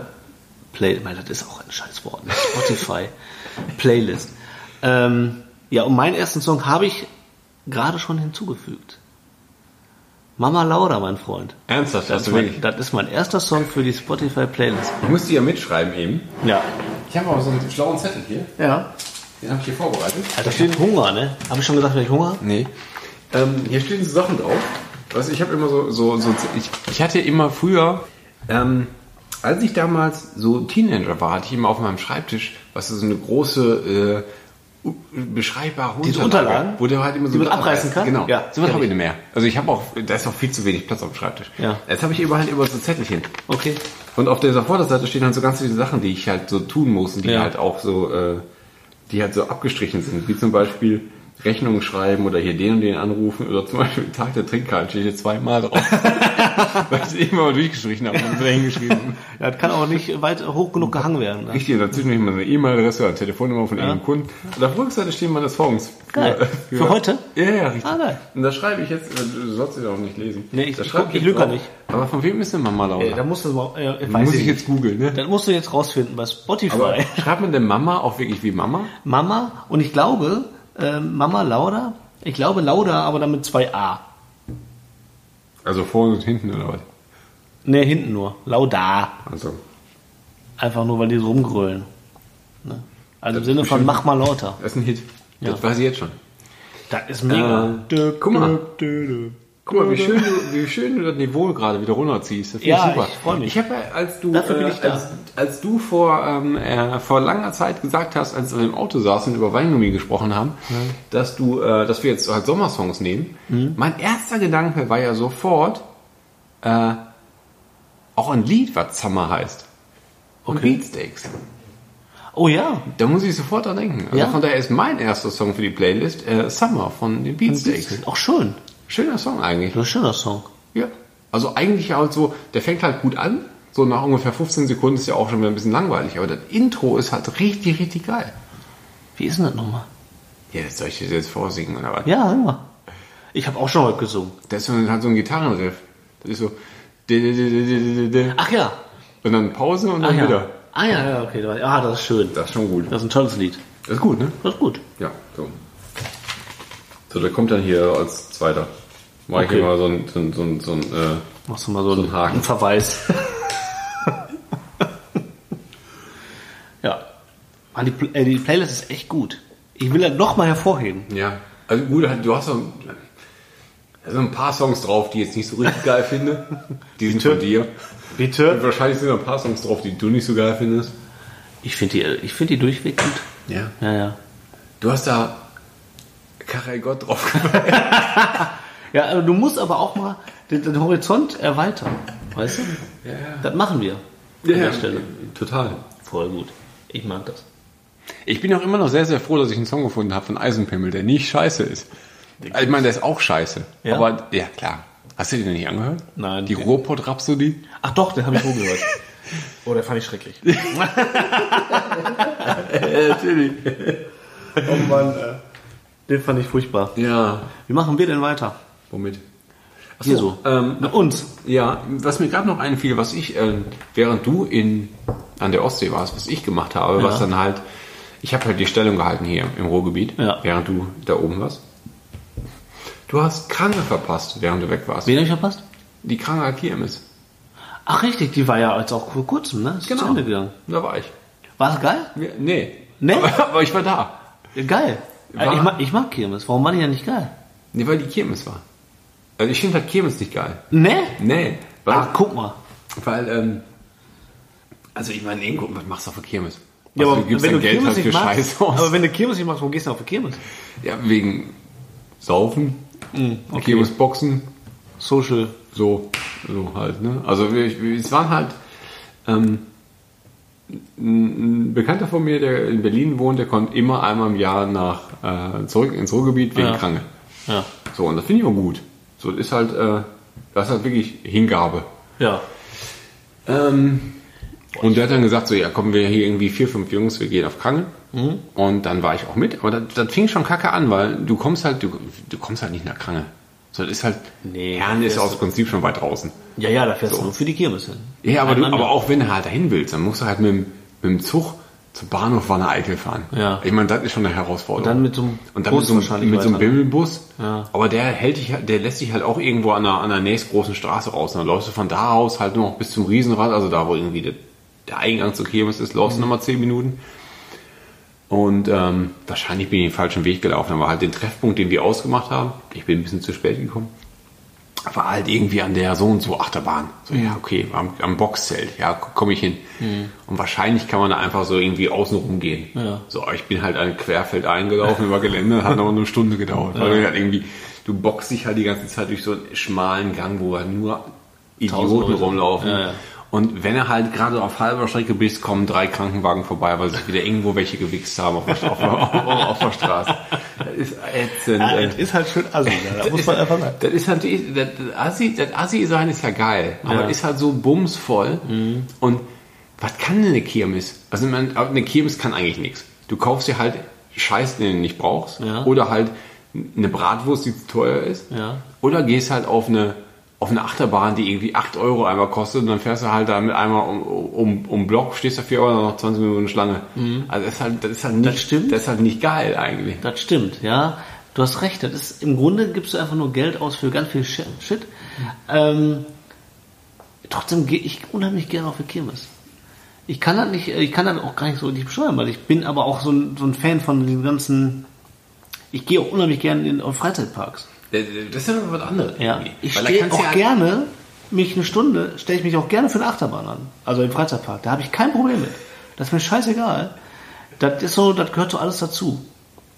S3: Play. Mein, das ist auch ein scheiß Wort. ne? Spotify Playlist. Ähm, ja, und meinen ersten Song habe ich gerade schon hinzugefügt. Mama Lauda, mein Freund.
S2: Ernsthaft,
S3: Das,
S2: hast
S3: ist
S2: du wirklich?
S3: mein, das ist mein erster Song für die Spotify Playlist.
S2: Ich musste ja mitschreiben eben.
S3: Ja.
S2: Ich habe auch so einen schlauen Zettel hier.
S3: Ja.
S2: Den habe ich hier vorbereitet.
S3: Alter, ich hab Hunger, ne? Habe ich schon gesagt, dass ich Hunger?
S2: Nee. Ähm, hier stehen so Sachen drauf. Weißt du, ich habe immer so, so, so ich, ich hatte immer früher, ähm, als ich damals so Teenager war, hatte ich immer auf meinem Schreibtisch, was ist so eine große äh, u- beschreibbare
S3: Diese Unterlagen,
S2: wo du halt immer so
S3: die man
S2: mit
S3: abreißen kann?
S2: Genau.
S3: Ja,
S2: Ja, so was
S3: kenn
S2: habe ich
S3: ich.
S2: nicht mehr. Also ich habe auch, da ist auch viel zu wenig Platz auf dem Schreibtisch.
S3: Ja.
S2: Jetzt habe ich überall immer so Zettelchen.
S3: Okay.
S2: Und auf dieser Vorderseite stehen halt so ganz viele Sachen, die ich halt so tun muss und die
S3: Ja.
S2: halt auch so, äh, die halt so abgestrichen sind, wie zum Beispiel Rechnungen schreiben oder hier den und den anrufen oder zum Beispiel Tag der Trinkkarte steht hier zweimal drauf, weil ich es immer mal durchgestrichen habe und wieder hingeschrieben.
S3: Ja, das kann auch nicht weit hoch genug gehangen werden. Ne?
S2: Richtig, und dazwischen habe ich mal so eine E-Mail-Adresse oder eine Telefonnummer von irgendeinem Kunden. Und auf der Rückseite stehen meine Songs.
S3: Geil. Für heute?
S2: Ja, ja, richtig.
S3: Ah, geil.
S2: Und da schreibe ich jetzt, äh, du sollst sie doch nicht lesen.
S3: Nee, ich-
S2: da
S3: ich
S2: schreibe
S3: guck- ich lüge
S2: jetzt
S3: nicht.
S2: drauf, Aber von wem ist denn Mama Laura?
S3: Ey, da musst du mal, äh, weiß
S2: muss
S3: ich
S2: ich
S3: nicht.
S2: jetzt googeln, ne?
S3: Das musst du jetzt rausfinden bei Spotify.
S2: Aber schreibt man denn Mama auch wirklich wie Mama?
S3: Mama, und ich glaube, ähm, Mama Lauda, ich glaube Lauda, aber dann mit zwei A.
S2: Also vorne und hinten oder was?
S3: Ne, hinten nur. Lauda.
S2: Also.
S3: Einfach nur, weil die so rumgrölen. Also im Sinne von mach mal lauter.
S2: Das ist ein Hit.
S3: Ja.
S2: Das weiß ich jetzt schon.
S3: Das ist
S2: mega.
S3: Dö,
S2: guck mal.
S3: dö, dö, dö.
S2: Guck mal, wie schön du, wie schön du das Niveau gerade wieder runterziehst. Das finde
S3: Ja,
S2: ich super.
S3: ich freu mich.
S2: Ich habe ja, als du,
S3: Dafür bin
S2: äh,
S3: ich da.
S2: als, als du vor, ähm, äh, vor langer Zeit gesagt hast, als wir im Auto saßen und über Weingummi gesprochen haben, dass du, äh, dass wir jetzt halt Sommersongs nehmen, mein erster Gedanke war ja sofort, äh, auch ein Lied, was Summer heißt. Und Beatsteaks.
S3: Oh ja.
S2: Da muss ich sofort dran denken. Also
S3: Ja.
S2: Von daher ist mein erster Song für die Playlist äh, Summer von den Beatsteaks.
S3: Auch schön.
S2: Schöner Song eigentlich.
S3: Das ist ein schöner Song.
S2: Ja. Also eigentlich halt so, der fängt halt gut an. So nach ungefähr 15 Sekunden ist ja auch schon wieder ein bisschen langweilig. Aber das Intro ist halt richtig, richtig geil.
S3: Wie ist denn das nochmal?
S2: Ja, das soll ich das jetzt vorsingen oder was?
S3: Ja, sag mal. Ich habe auch schon heute gesungen.
S2: Das ist so ein- halt so ein Gitarrenriff. Das ist so. Und
S3: Ach ja.
S2: dann Pause und
S3: Ach
S2: dann
S3: ja.
S2: wieder.
S3: Ah ja, ja, okay. Ah, das ist schön.
S2: Das ist schon gut.
S3: Das ist ein tolles Lied.
S2: Das ist gut, ne?
S3: Das ist gut.
S2: Ja, so. So, der kommt dann hier als zweiter. Mach
S3: Okay.
S2: ich immer so ein, so ein, so ein, so ein äh,
S3: Machst du mal so, einen,
S2: einen Haken.
S3: einen Verweis. ja. Mann, die, Pl- äh, die Playlist ist echt gut. Ich will das nochmal hervorheben.
S2: Ja, also gut, halt, du hast so ein, also ein paar Songs drauf, die ich jetzt nicht so richtig geil finde. Die sind von dir. Und
S3: Bitte?
S2: wahrscheinlich sind da ein paar Songs drauf, die du nicht so geil findest.
S3: Ich finde die, äh, ich find die durchweg gut.
S2: Ja.
S3: Ja, ja.
S2: Du hast da Karel Gott drauf gemacht.
S3: Ja, also du musst aber auch mal den, den Horizont erweitern. Weißt du?
S2: ja.
S3: Das machen wir. An der Stelle.
S2: total.
S3: Voll gut. Ich mag das.
S2: Ich bin auch immer noch sehr, sehr froh, dass ich einen Song gefunden habe von Eisenpimmel, der nicht scheiße ist. Also Ich meine, der ist auch scheiße.
S3: Ja?
S2: Aber ja, klar. Hast du den nicht angehört?
S3: Nein.
S2: Die Ruhrpott-Rhapsodie?
S3: Ach doch, den habe ich wohl gehört. Oh, den fand ich schrecklich.
S2: Äh, Natürlich.
S3: Oh Mann, äh, den fand ich furchtbar.
S2: Ja.
S3: Wie machen wir denn weiter?
S2: Womit? Ach
S3: Hier so.
S2: Ähm,
S3: Mit uns.
S2: Ja, was mir gerade noch einfiel, was ich, ähm, während du in, an der Ostsee warst, was ich gemacht habe, was dann halt, ich habe halt die Stellung gehalten hier im Ruhrgebiet,
S3: Ja.
S2: während du da oben warst. Du hast Kranke verpasst, während du weg warst.
S3: Wen habe ich verpasst?
S2: Die Kranke Kirmes.
S3: Ach richtig, die war ja jetzt auch vor kurzem, ne? Ist zu Ende gegangen.
S2: Genau. Da war ich.
S3: War das geil?
S2: Ja, Nee.
S3: Nee?
S2: Aber, aber ich war da.
S3: Geil.
S2: War-
S3: Ich mag, ich mag Kirmes. Warum war die ja nicht geil?
S2: Nee, weil die Kirmes war. Also ich finde halt Kirmes nicht geil.
S3: Ne?
S2: Nee. Weil,
S3: Ach, guck mal.
S2: weil ähm, also ich meine, Ingo, was machst du auf der Kirmes?
S3: Ja,
S2: Also, du gibst dein Geld halt für Scheiße aus.
S3: aber wenn du Kirmes nicht machst, warum gehst du denn auf die Kirmes?
S2: Ja, wegen Saufen, Kirmesboxen,
S3: Social.
S2: so, so halt, ne? Also wir, wir, es waren halt ähm, ein ein Bekannter von mir, der in Berlin wohnt, der kommt immer einmal im Jahr nach äh, zurück ins Ruhrgebiet wegen
S3: Ja.
S2: Kranke.
S3: Ja.
S2: So, und das finde ich auch gut. So, das ist halt, äh, das ist halt wirklich Hingabe.
S3: Ja.
S2: Ähm, und der hat dann gesagt, so, ja, kommen wir hier irgendwie vier, fünf Jungs, wir gehen auf Krange. Und dann war ich auch mit. Aber das, das fing schon kacke an, weil du kommst halt, du, du kommst halt nicht nach Krange. So, das ist halt,
S3: Nee,
S2: Herne ist
S3: das-
S2: aus Prinzip schon weit draußen.
S3: Ja, ja, da fährst du nur für die Kirmes hin.
S2: Ja, aber, du,
S3: Einmal im
S2: aber
S3: Jahr.
S2: auch wenn du halt dahin willst, dann musst du halt mit dem, mit dem Zug zum Bahnhof Wanne Eickel fahren.
S3: Ja.
S2: Ich meine, das ist schon eine Herausforderung.
S3: Und dann mit so einem
S2: und dann
S3: Bus
S2: mit so einem,
S3: wahrscheinlich
S2: mit so einem
S3: weiter.
S2: Bimmelbus.
S3: Ja.
S2: Aber der hält dich, halt- der lässt dich halt auch irgendwo an einer, an der nächstgroßen Straße raus. Und dann läufst du von da aus halt nur noch bis zum Riesenrad, also da, wo irgendwie der, der Eingang zur Kirmes ist, läufst du
S3: Mhm.
S2: nochmal 10 Minuten. Und ähm, wahrscheinlich bin ich den falschen Weg gelaufen, aber halt den Treffpunkt, den wir ausgemacht haben, ich bin ein bisschen zu spät gekommen, war halt irgendwie an der so und so Achterbahn. So,
S3: Mhm.
S2: ja, okay, am, am Boxzelt, ja, komme ich hin. Und wahrscheinlich kann man da einfach so irgendwie außen rumgehen.
S3: Ja.
S2: So, aber ich bin halt an Querfeld eingelaufen über Gelände, hat noch eine Stunde gedauert. Weil halt irgendwie, du boxst dich halt die ganze Zeit durch so einen schmalen Gang, wo halt nur
S3: Tausend
S2: Idioten
S3: Leute.
S2: rumlaufen.
S3: Ja, ja.
S2: Und wenn er halt gerade auf halber Strecke bist, kommen drei Krankenwagen vorbei, weil sich wieder irgendwo welche gewichst haben auf der, auf, auf, auf der Straße. Das ist ätzend.
S3: Ja,
S2: ey.
S3: das ist halt schön assi, da
S2: Das
S3: muss
S2: ist-
S3: man einfach sagen.
S2: Das ist halt, das das Assi, das Assi sein ist ja Mhm. geil, aber
S3: Ja.
S2: es ist halt so bumsvoll. Und was kann denn eine Kirmes? Also man, aber eine Kirmes kann eigentlich nichts. Du kaufst dir halt Scheiß, den du nicht brauchst,
S3: Ja.
S2: oder halt eine Bratwurst, die zu teuer ist,
S3: Ja.
S2: oder gehst halt auf eine auf eine Achterbahn, die irgendwie 8 Euro einmal kostet und dann fährst du halt damit einmal um, um, um den Block, stehst da 4 Euro und noch 20 Minuten Schlange. Also das ist halt, das ist halt nicht,
S3: stimmt.
S2: das ist halt nicht geil eigentlich.
S3: Das stimmt, ja. Du hast recht. Das ist, Im Grunde gibst du einfach nur Geld aus für ganz viel Shi- Shit. Ähm, trotzdem gehe ich unheimlich gerne auf die Kirmes. Ich kann das nicht, ich kann das auch gar nicht so richtig beschreiben, weil ich bin aber auch so ein, so ein Fan von den ganzen. Ich gehe auch unheimlich gerne in auf Freizeitparks.
S2: Das ist ja noch was anderes.
S3: Ja.
S2: irgendwie.
S3: Ich
S2: Weil da
S3: stehe
S2: kannst du
S3: auch
S2: ja-
S3: gerne, mich eine Stunde, stelle ich mich auch gerne für eine Achterbahn an. Also im Freizeitpark. Da habe ich kein Problem mit. Das ist mir scheißegal. Das ist so, das gehört so alles dazu.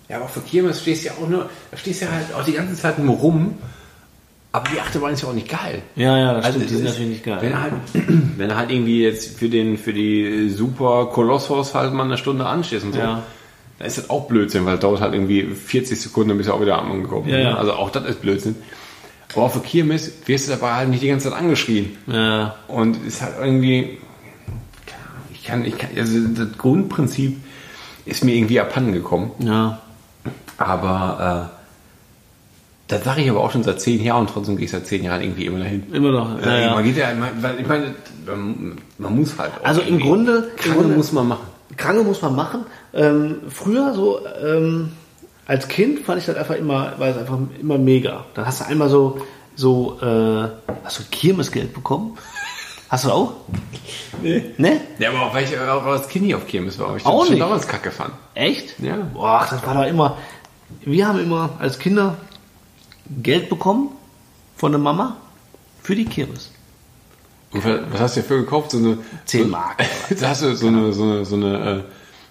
S2: Ja, aber auf der Kirmes stehst du ja auch nur, da stehst du ja halt auch die ganze Zeit nur rum. Aber die Achterbahn ist ja auch nicht geil. Also,
S3: Ja, ja, das
S2: es ist- Wenn du halt, wenn du halt irgendwie jetzt für den, für die Super Kolossos halt mal eine Stunde anstehst und so,
S3: Ja.
S2: dann ist das auch Blödsinn, weil es dauert halt irgendwie 40 Sekunden, bis du auch wieder am angekommen bist.
S3: Ja, ja.
S2: Also auch das ist Blödsinn. Aber auf der Kirmes wirst du dabei halt nicht die ganze Zeit angeschrien.
S3: Ja.
S2: Und ist halt irgendwie, keine Ahnung, ich kann, ich kann, also das Grundprinzip ist mir irgendwie abhanden gekommen.
S3: Ja.
S2: Aber äh, das sage ich aber auch schon seit zehn Jahren und trotzdem gehe ich seit zehn Jahren irgendwie immer dahin.
S3: Immer noch. Ja,
S2: Äh,
S3: ja.
S2: Man geht ja, man, weil ich meine, man, man muss halt auch.
S3: Also im
S2: irgendwie-
S3: Grunde- im
S2: Kranke
S3: Grunde-
S2: muss man machen.
S3: Kranke muss man machen. Ähm, früher so ähm, als Kind fand ich das einfach immer, war es einfach immer mega. Dann hast du einmal so, so äh, hast du Kirmesgeld bekommen? Hast du auch? Nee. Ne?
S2: Ja, aber auch weil ich auch als Kind nie auf Kirmes war. aber Ich
S3: Auch
S2: auch schon
S3: nicht.
S2: damals kacke fand.
S3: Echt?
S2: Ja.
S3: Boah, das war doch immer. Wir haben immer als Kinder Geld bekommen von der Mama für die Kirmes.
S2: Und wa- was hast du dafür gekauft? So eine.
S3: Zehn
S2: so-
S3: Mark.
S2: da hast du so eine, so eine, so eine, äh,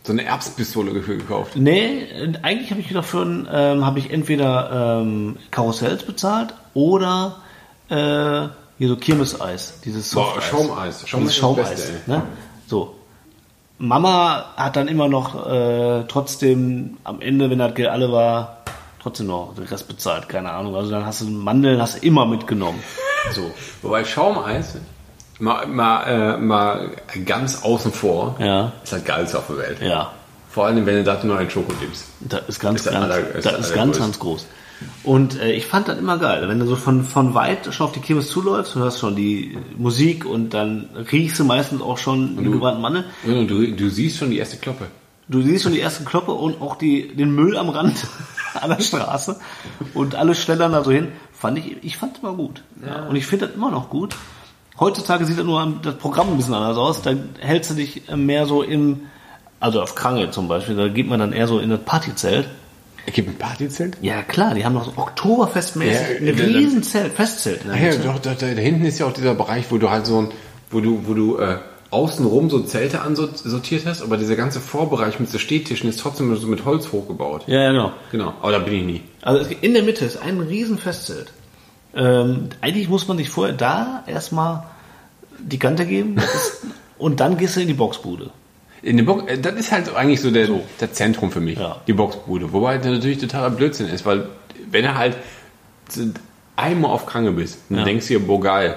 S2: so eine Erbspistole dafür gekauft.
S3: Nee, äh, eigentlich habe ich gedacht, für ein, ähm, habe ich entweder ähm, Karussells bezahlt oder äh, hier so Kirmeseis, dieses
S2: Boah, Schaumeis.
S3: Softeis.
S2: Schaumeis
S3: Dieses
S2: ist das
S3: Schaumeis,
S2: Beste,
S3: ne? So. Mama hat dann immer noch äh, trotzdem am Ende, wenn das Geld alle war, trotzdem noch den Rest bezahlt, keine Ahnung. Also dann hast du Mandeln, hast du immer mitgenommen. So.
S2: Wobei Schaumeis, mal, mal, äh, mal ganz außen vor,
S3: Ja.
S2: ist halt geilste auf der Welt.
S3: Ja.
S2: Vor allem, wenn du dazu noch einen Schoko dippst.
S3: Das ist ganz,
S2: Ist der
S3: ganz,
S2: aller- ist
S3: das
S2: der
S3: ist ganz,
S2: allergrößte.
S3: ganz groß. Und äh, ich fand das immer geil, wenn du so von, von weit schon auf die Kirmes zuläufst, du hörst schon die Musik und dann riechst du meistens auch schon den gebrannten Mandeln.
S2: Ja, und du, du siehst schon die erste Kloppe.
S3: Du siehst schon die ersten Kloppe und auch die, den Müll am Rand an der Straße und alle schlendern da so hin. Fand ich, ich fand immer gut. Ja. Und ich finde das immer noch gut. Heutzutage sieht das nur am- das Programm ein bisschen anders aus. Da hältst du dich äh, mehr so im, also auf Krange zum Beispiel, da geht man dann eher so in das Partyzelt.
S2: Gibt ein Partyzelt?
S3: Ja, klar, die haben noch so Oktoberfestmäßig
S2: Ja,
S3: ein
S2: ja,
S3: riesen Zelt, Festzelt. ne? in der
S2: Ja,
S3: Mitte.
S2: doch, da, da, da hinten ist ja auch dieser Bereich, wo du halt so ein, wo du, wo du äh, außenrum so Zelte ansortiert hast, aber dieser ganze Vorbereich mit so Stehtischen ist trotzdem so mit Holz hochgebaut.
S3: ja, ja, genau.
S2: Genau, aber da bin ich nie.
S3: Also es- in der Mitte ist ein riesen Festzelt. Ähm, eigentlich muss man sich vorher da erstmal die Kante geben das ist- und dann gehst du in die Boxbude.
S2: In der Box, äh, das ist halt eigentlich so der, der Zentrum für mich,
S3: Ja.
S2: die Boxbude. Wobei das natürlich totaler Blödsinn ist, weil wenn du halt zu- einmal auf Krange bist, dann
S3: Ja.
S2: denkst du dir, boah geil,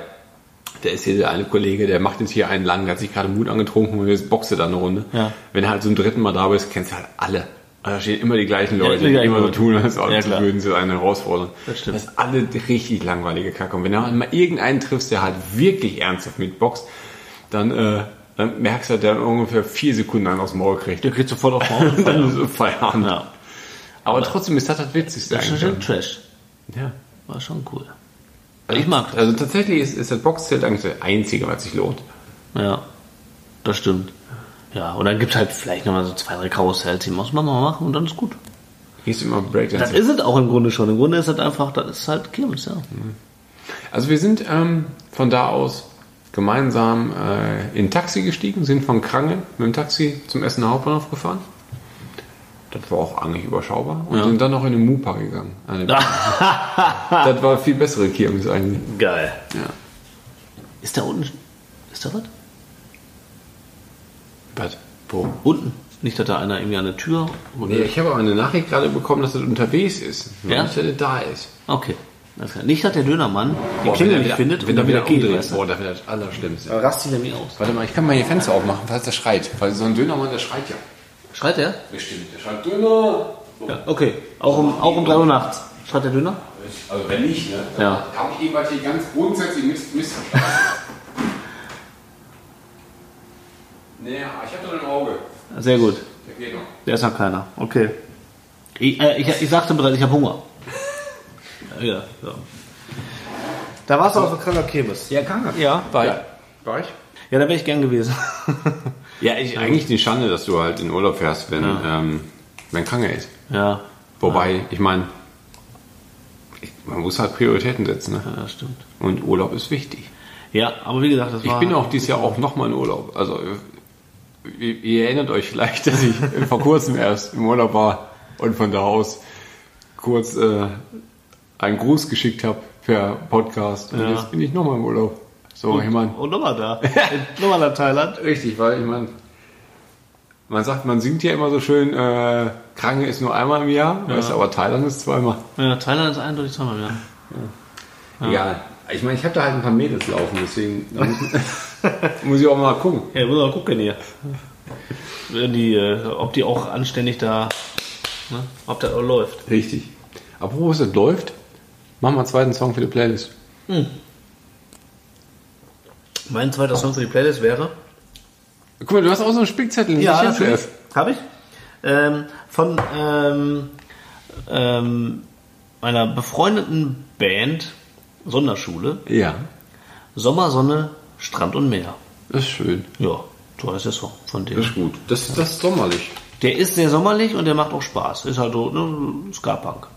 S2: der ist hier der eine Kollege, der macht jetzt hier einen lang, der hat sich gerade Mut angetrunken und jetzt boxe da eine Runde.
S3: Ja.
S2: Wenn du halt zum dritten Mal da bist, kennst du halt alle. Also da stehen immer die gleichen Leute,
S3: immer die
S2: die
S3: gleichen
S2: immer so
S3: Leute.
S2: tun, als ob
S3: Ja,
S2: sie
S3: klar.
S2: würden sie einen herausfordern.
S3: Das stimmt.
S2: Das ist alle richtig langweilige Kacke. Und wenn du halt mal irgendeinen triffst, der halt wirklich ernsthaft mit boxt, dann, äh, dann merkst du, der ungefähr vier Sekunden einen aus dem Maul kriegt.
S3: Du kriegst sofort auf
S2: Und dann
S3: Maul.
S2: ist es Feierabend.
S3: ja.
S2: Aber trotzdem ist das das Witzigste
S3: Das ist
S2: eigentlich.
S3: schon Trash.
S2: Ja.
S3: War schon cool. Ich mag das.
S2: Also tatsächlich ist, ist das Boxzelt eigentlich das Einzige, was sich lohnt.
S3: Ja, das stimmt. Ja, und dann gibt halt vielleicht nochmal so zwei, drei Karussells, die muss man mal machen und dann ist gut.
S2: Hier ist immer
S3: Das
S2: Breakdance.
S3: ist es auch im Grunde schon. Im Grunde ist das einfach, das ist halt Kirmes, ja.
S2: Also wir sind ähm, von da aus gemeinsam äh, in ein Taxi gestiegen, sind von Krange mit dem Taxi zum Essener Hauptbahnhof gefahren. Das war auch eigentlich überschaubar. Und
S3: Ja.
S2: sind dann noch in den Mupa gegangen. Eine- das war viel bessere Kirmes eigentlich.
S3: Geil.
S2: Ja.
S3: Ist da unten. Ist da was?
S2: Was? Wo?
S3: Unten. Nicht, dass da einer irgendwie an der Tür. Oder
S2: Oh, Nee, ich habe aber eine Nachricht gerade bekommen, dass das unterwegs ist.
S3: Ja?
S2: Nicht, dass das da ist.
S3: Okay. Alles klar. Nicht, dass der Dönermann die
S2: Boah,
S3: Klingel
S2: wenn er
S3: nicht
S2: wieder-
S3: findet
S2: wenn er wieder
S3: geht.
S2: umdreht.
S3: weißt du?
S2: Boah, da wäre das Allerschlimmste.
S3: Da rastet er mir aus.
S2: Warte mal, ich kann mal hier Fenster aufmachen, falls der schreit. Weil so ein Dönermann, der schreit ja.
S3: Schreit er?
S2: Bestimmt, der schreit Döner.
S3: Ja, okay. Auch um, auch um 3 Uhr nachts. Schreit der Döner?
S2: Also wenn nicht, ne?
S3: Ja.
S2: Habe ich irgendwas hier ganz grundsätzlich miss missverstanden. naja, ich habe da ein Auge.
S3: Sehr gut.
S2: Der geht noch.
S3: Der ist noch keiner. Okay. Ich, äh, ich, ich sagte bereits, ich habe Hunger. ja, ja. Da warst du auf dem kranker Kirmes.
S2: Ja, kann er.
S3: Ja, war ich.
S2: War ich?
S3: Ja, da wäre ich gern gewesen.
S2: Ja, ich, eigentlich die Schande, dass du halt in Urlaub fährst, wenn, ähm, wenn krank ist.
S3: Ja.
S2: Wobei, ich meine, ich- man muss halt Prioritäten setzen. Ne?
S3: Ja, das stimmt.
S2: Und Urlaub ist wichtig.
S3: Ja, aber wie gesagt, das
S2: Ich
S3: war.
S2: bin auch dieses Jahr auch nochmal in Urlaub. Also, ihr, ihr erinnert euch vielleicht, dass ich vor kurzem erst im Urlaub war und von da aus kurz äh, einen Gruß geschickt habe per Podcast. Und
S3: Ja.
S2: jetzt bin ich nochmal im Urlaub. So, ich meine,
S3: Und Oh, nochmal da. nochmal nach Thailand.
S2: Richtig, weil ich meine, man sagt, man singt ja immer so schön, äh, Kranke ist nur einmal im Jahr, weißt du, aber Thailand ist zweimal.
S3: Ja, Thailand ist eindeutig zweimal mehr.
S2: Egal. Ich meine, ich habe da halt ein paar Mädels laufen, deswegen da muss- muss ich auch mal gucken.
S3: Ja, muss mal gucken hier. Wenn Die, äh, ob die auch anständig da. Ne? Ob das auch läuft.
S2: Richtig. Apropos, es läuft, machen wir einen zweiten Song für die Playlist.
S3: Mein zweiter Song für die Playlist wäre.
S2: Guck mal, du hast auch so einen Spickzettel. den ich jetzt erst.
S3: Habe ich. Ähm, von ähm, ähm, meiner befreundeten Band Sonderschule
S2: Ja,
S3: Sommer, Sonne, Strand und Meer.
S2: das ist schön.
S3: Ja, so heißt der Song von
S2: Das
S3: dem.
S2: ist gut. Das, das ist sommerlich.
S3: Der ist sehr sommerlich und der macht auch Spaß. Ist halt so ne, Ska-Punk.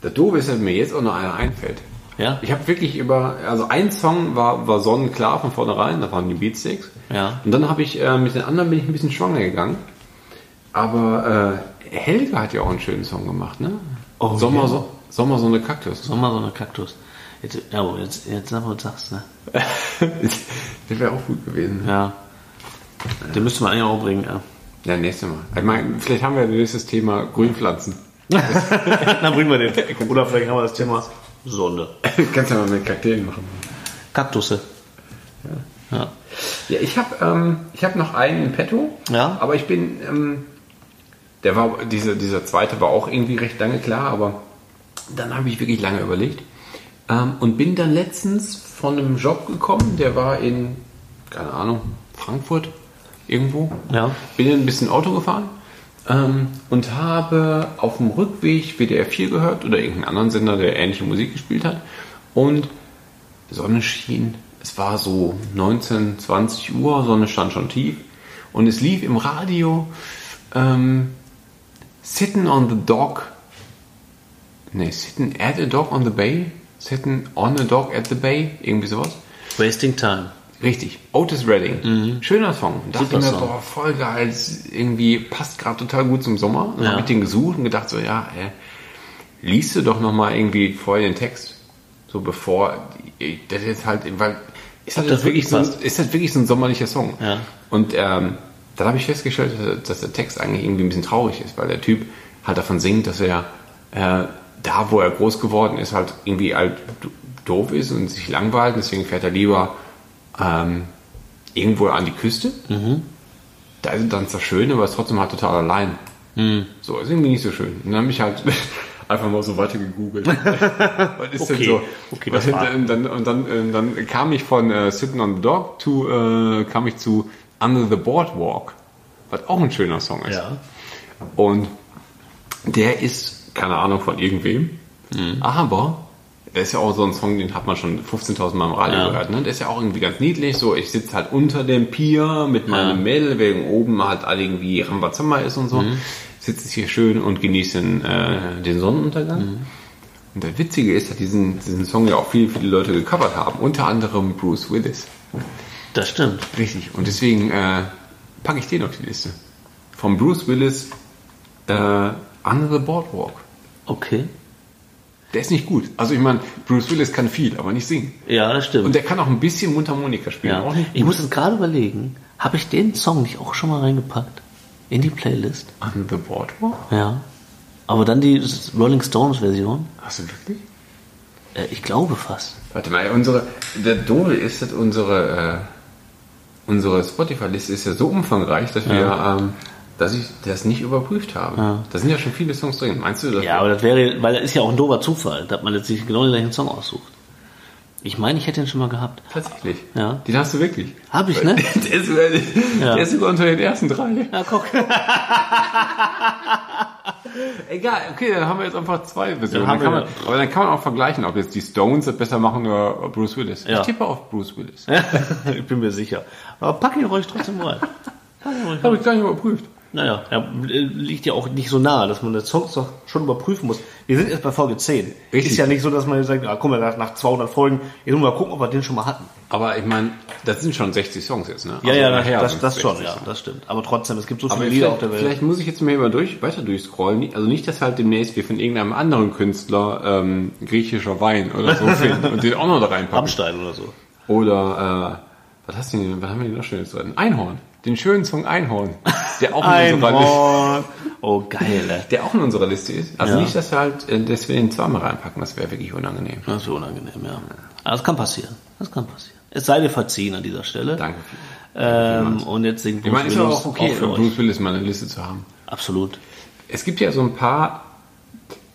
S2: Das Doofe ist, dass mir jetzt auch noch einer einfällt.
S3: Ja?
S2: Ich habe wirklich über, also ein Song war, war sonnenklar von vornherein, da waren die Beatsteaks.
S3: Ja.
S2: Und dann habe ich, äh, mit den anderen bin ich ein bisschen schwanger gegangen. Aber äh, Helga hat ja auch einen schönen Song gemacht, ne?
S3: Oh,
S2: Sommer,
S3: ja.
S2: so, Sommer so eine Kaktus.
S3: Sommer, Sonne, Kaktus. Jetzt, ja, aber jetzt, jetzt sag mal, was du sagst, ne?
S2: das wäre auch gut gewesen.
S3: Ja. Den müsste man eigentlich auch bringen, ja.
S2: Ja, nächstes Mal. Ich meine, vielleicht haben wir nächstes Thema Grünpflanzen.
S3: Dann bringen wir den. Oder vielleicht haben wir das Thema Sonne.
S2: Kannst du ja mal mit Kakteen machen.
S3: Kaktusse. Ja.
S2: Ja, ich habe ähm, ich hab noch einen in petto.
S3: Ja.
S2: Aber ich bin. Ähm, der war, dieser, dieser zweite war auch irgendwie recht lange klar, aber dann habe ich wirklich lange überlegt. Ähm, und bin dann letztens von einem Job gekommen, der war in, keine Ahnung, Frankfurt irgendwo.
S3: Ja.
S2: Bin dann ein bisschen Auto gefahren ähm, und habe auf dem Rückweg WDR 4 gehört oder irgendeinen anderen Sender, der ähnliche Musik gespielt hat. Und Sonne schien. Es war so 19, 20 Uhr, Sonne stand schon tief. Und es lief im Radio ähm, Sitting on the Dock. Nee, Sitting at a Dock on the Bay. Sitting on a Dock at the Bay. Irgendwie sowas.
S3: Wasting Time.
S2: Richtig. Otis Redding. Schöner Song. Und dachte
S3: Mhm. Super
S2: mir,
S3: Song.
S2: boah, voll geil. Das ist Irgendwie passt gerade total gut zum Sommer. Dann
S3: Ja.
S2: habe ich den gesucht und gedacht so, ja, äh, liest du doch nochmal irgendwie vorher den Text. So bevor ich- das jetzt halt, weil ist das,
S3: Ob das
S2: jetzt wirklich so, ein-
S3: wirklich passt?
S2: ist das wirklich so ein sommerlicher Song?
S3: Ja.
S2: Und ähm, dann habe ich festgestellt, dass- dass der Text eigentlich irgendwie ein bisschen traurig ist, weil der Typ halt davon singt, dass er äh, da, wo er groß geworden ist, halt irgendwie halt d- doof ist und sich langweilt. Deswegen fährt er lieber ähm, irgendwo an die Küste.
S3: Mhm.
S2: Da ist es dann zwar schön, aber ist trotzdem halt total allein.
S3: Mhm.
S2: So, ist irgendwie nicht so schön. Und dann habe ich halt einfach mal so weiter gegoogelt. was ist
S3: Okay,
S2: denn so? was
S3: okay, das
S2: sind
S3: war-
S2: denn, dann, und dann, ähm, dann kam ich von äh, Sitting on the Dog to, äh, kam ich zu Under the Boardwalk, was auch ein schöner Song ist.
S3: Ja.
S2: Und der ist, keine Ahnung von irgendwem, Ah, aber der ist ja auch so ein Song, den hat man schon 15.000 Mal im Radio
S3: Ja.
S2: gehört. Ne? Der ist ja auch irgendwie ganz niedlich. So, ich sitze halt unter dem Pier mit meinem Mädel, wegen oben halt alle irgendwie Rambazamba ist und so. Sitze ich hier schön und genieße den, äh, den Sonnenuntergang. Und das Witzige ist, dass diesen, diesen Song ja auch viele, viele Leute gecovert haben. Unter anderem Bruce Willis.
S3: Das stimmt.
S2: Richtig. Und deswegen äh, packe ich den auf die Liste. Von Bruce Willis äh, Under the Boardwalk.
S3: Okay.
S2: Der ist nicht gut. Also ich meine, Bruce Willis kann viel, aber nicht singen.
S3: Ja, das stimmt.
S2: Und der kann auch ein bisschen Mundharmonika spielen.
S3: ja.
S2: Auch nicht
S3: Ich muss jetzt gerade überlegen, habe ich den Song nicht auch schon mal reingepackt? In die Playlist?
S2: Under the Boardwalk?
S3: Ja. Aber dann die Rolling Stones Version?
S2: Hast du wirklich?
S3: Äh, ich glaube fast.
S2: Warte mal, unsere. Der Dole ist, dass unsere, äh, unsere Spotify-Liste ist ja so umfangreich, dass wir, ähm, dass ich das nicht überprüft habe. Da sind ja schon viele Songs drin. Meinst du das?
S3: Ja, aber das wäre, weil das ist ja auch ein dober Zufall, dass man jetzt sich genau den gleichen Song aussucht. Ich meine, ich hätte den schon mal gehabt.
S2: Tatsächlich.
S3: Ja.
S2: Den hast du wirklich.
S3: Hab ich, ne?
S2: Der ist, sogar- der ist sogar unter den ersten drei.
S3: Ja, guck.
S2: Egal, okay, dann haben wir jetzt einfach zwei Versionen.
S3: Dann
S2: Dann
S3: haben
S2: kann
S3: wir
S2: man, aber dann kann man auch vergleichen, ob jetzt die Stones das besser machen oder Bruce Willis.
S3: Ja.
S2: Ich tippe auf Bruce Willis.
S3: ich bin mir sicher. Aber pack ihn ruhig trotzdem rein.
S2: Habe ich gar nicht überprüft.
S3: Naja, ja, äh, liegt ja auch nicht so nahe, dass man das Songs doch schon überprüfen muss. Wir sind erst bei Folge 10.
S2: Richtig.
S3: Ist ja nicht so, dass man jetzt sagt, ah, guck mal, nach, nach 200 Folgen, jetzt müssen wir mal gucken, ob wir den schon mal hatten.
S2: Aber ich meine, das sind schon 60 Songs jetzt, ne?
S3: Ja,
S2: Also
S3: ja,
S2: nachher
S3: das,
S2: sind
S3: das schon,
S2: 60
S3: ja,
S2: Songs.
S3: das stimmt. Aber trotzdem, es gibt so
S2: Aber
S3: viele Lieder
S2: vielleicht,
S3: auf der Welt.
S2: vielleicht muss ich jetzt mal hier mal durch, weiter durchscrollen. Also nicht, dass halt demnächst wir von irgendeinem anderen Künstler ähm, griechischer Wein oder so finden und den auch noch da reinpacken.
S3: Rammstein oder so.
S2: Oder, äh, was hast du denn, was haben wir denn noch Schönes drin? Einhorn. Den schönen Song Einhorn. Der auch in unserer Liste,
S3: Einhorn. Oh, geil, ey.
S2: der auch in unserer Liste ist. Also
S3: Ja.
S2: nicht, dass wir halt, äh, dass wir den zweimal reinpacken, das wäre wirklich unangenehm.
S3: Das wäre unangenehm, ja. Aber das kann passieren. Das kann passieren. Es sei dir verziehen an dieser Stelle.
S2: Danke.
S3: Ähm, und jetzt singt
S2: Ich meine, ist ja
S3: Willis
S2: auch okay, Also
S3: für euch.
S2: Bruce Willis mal eine Liste zu haben.
S3: Absolut.
S2: Es gibt ja so ein paar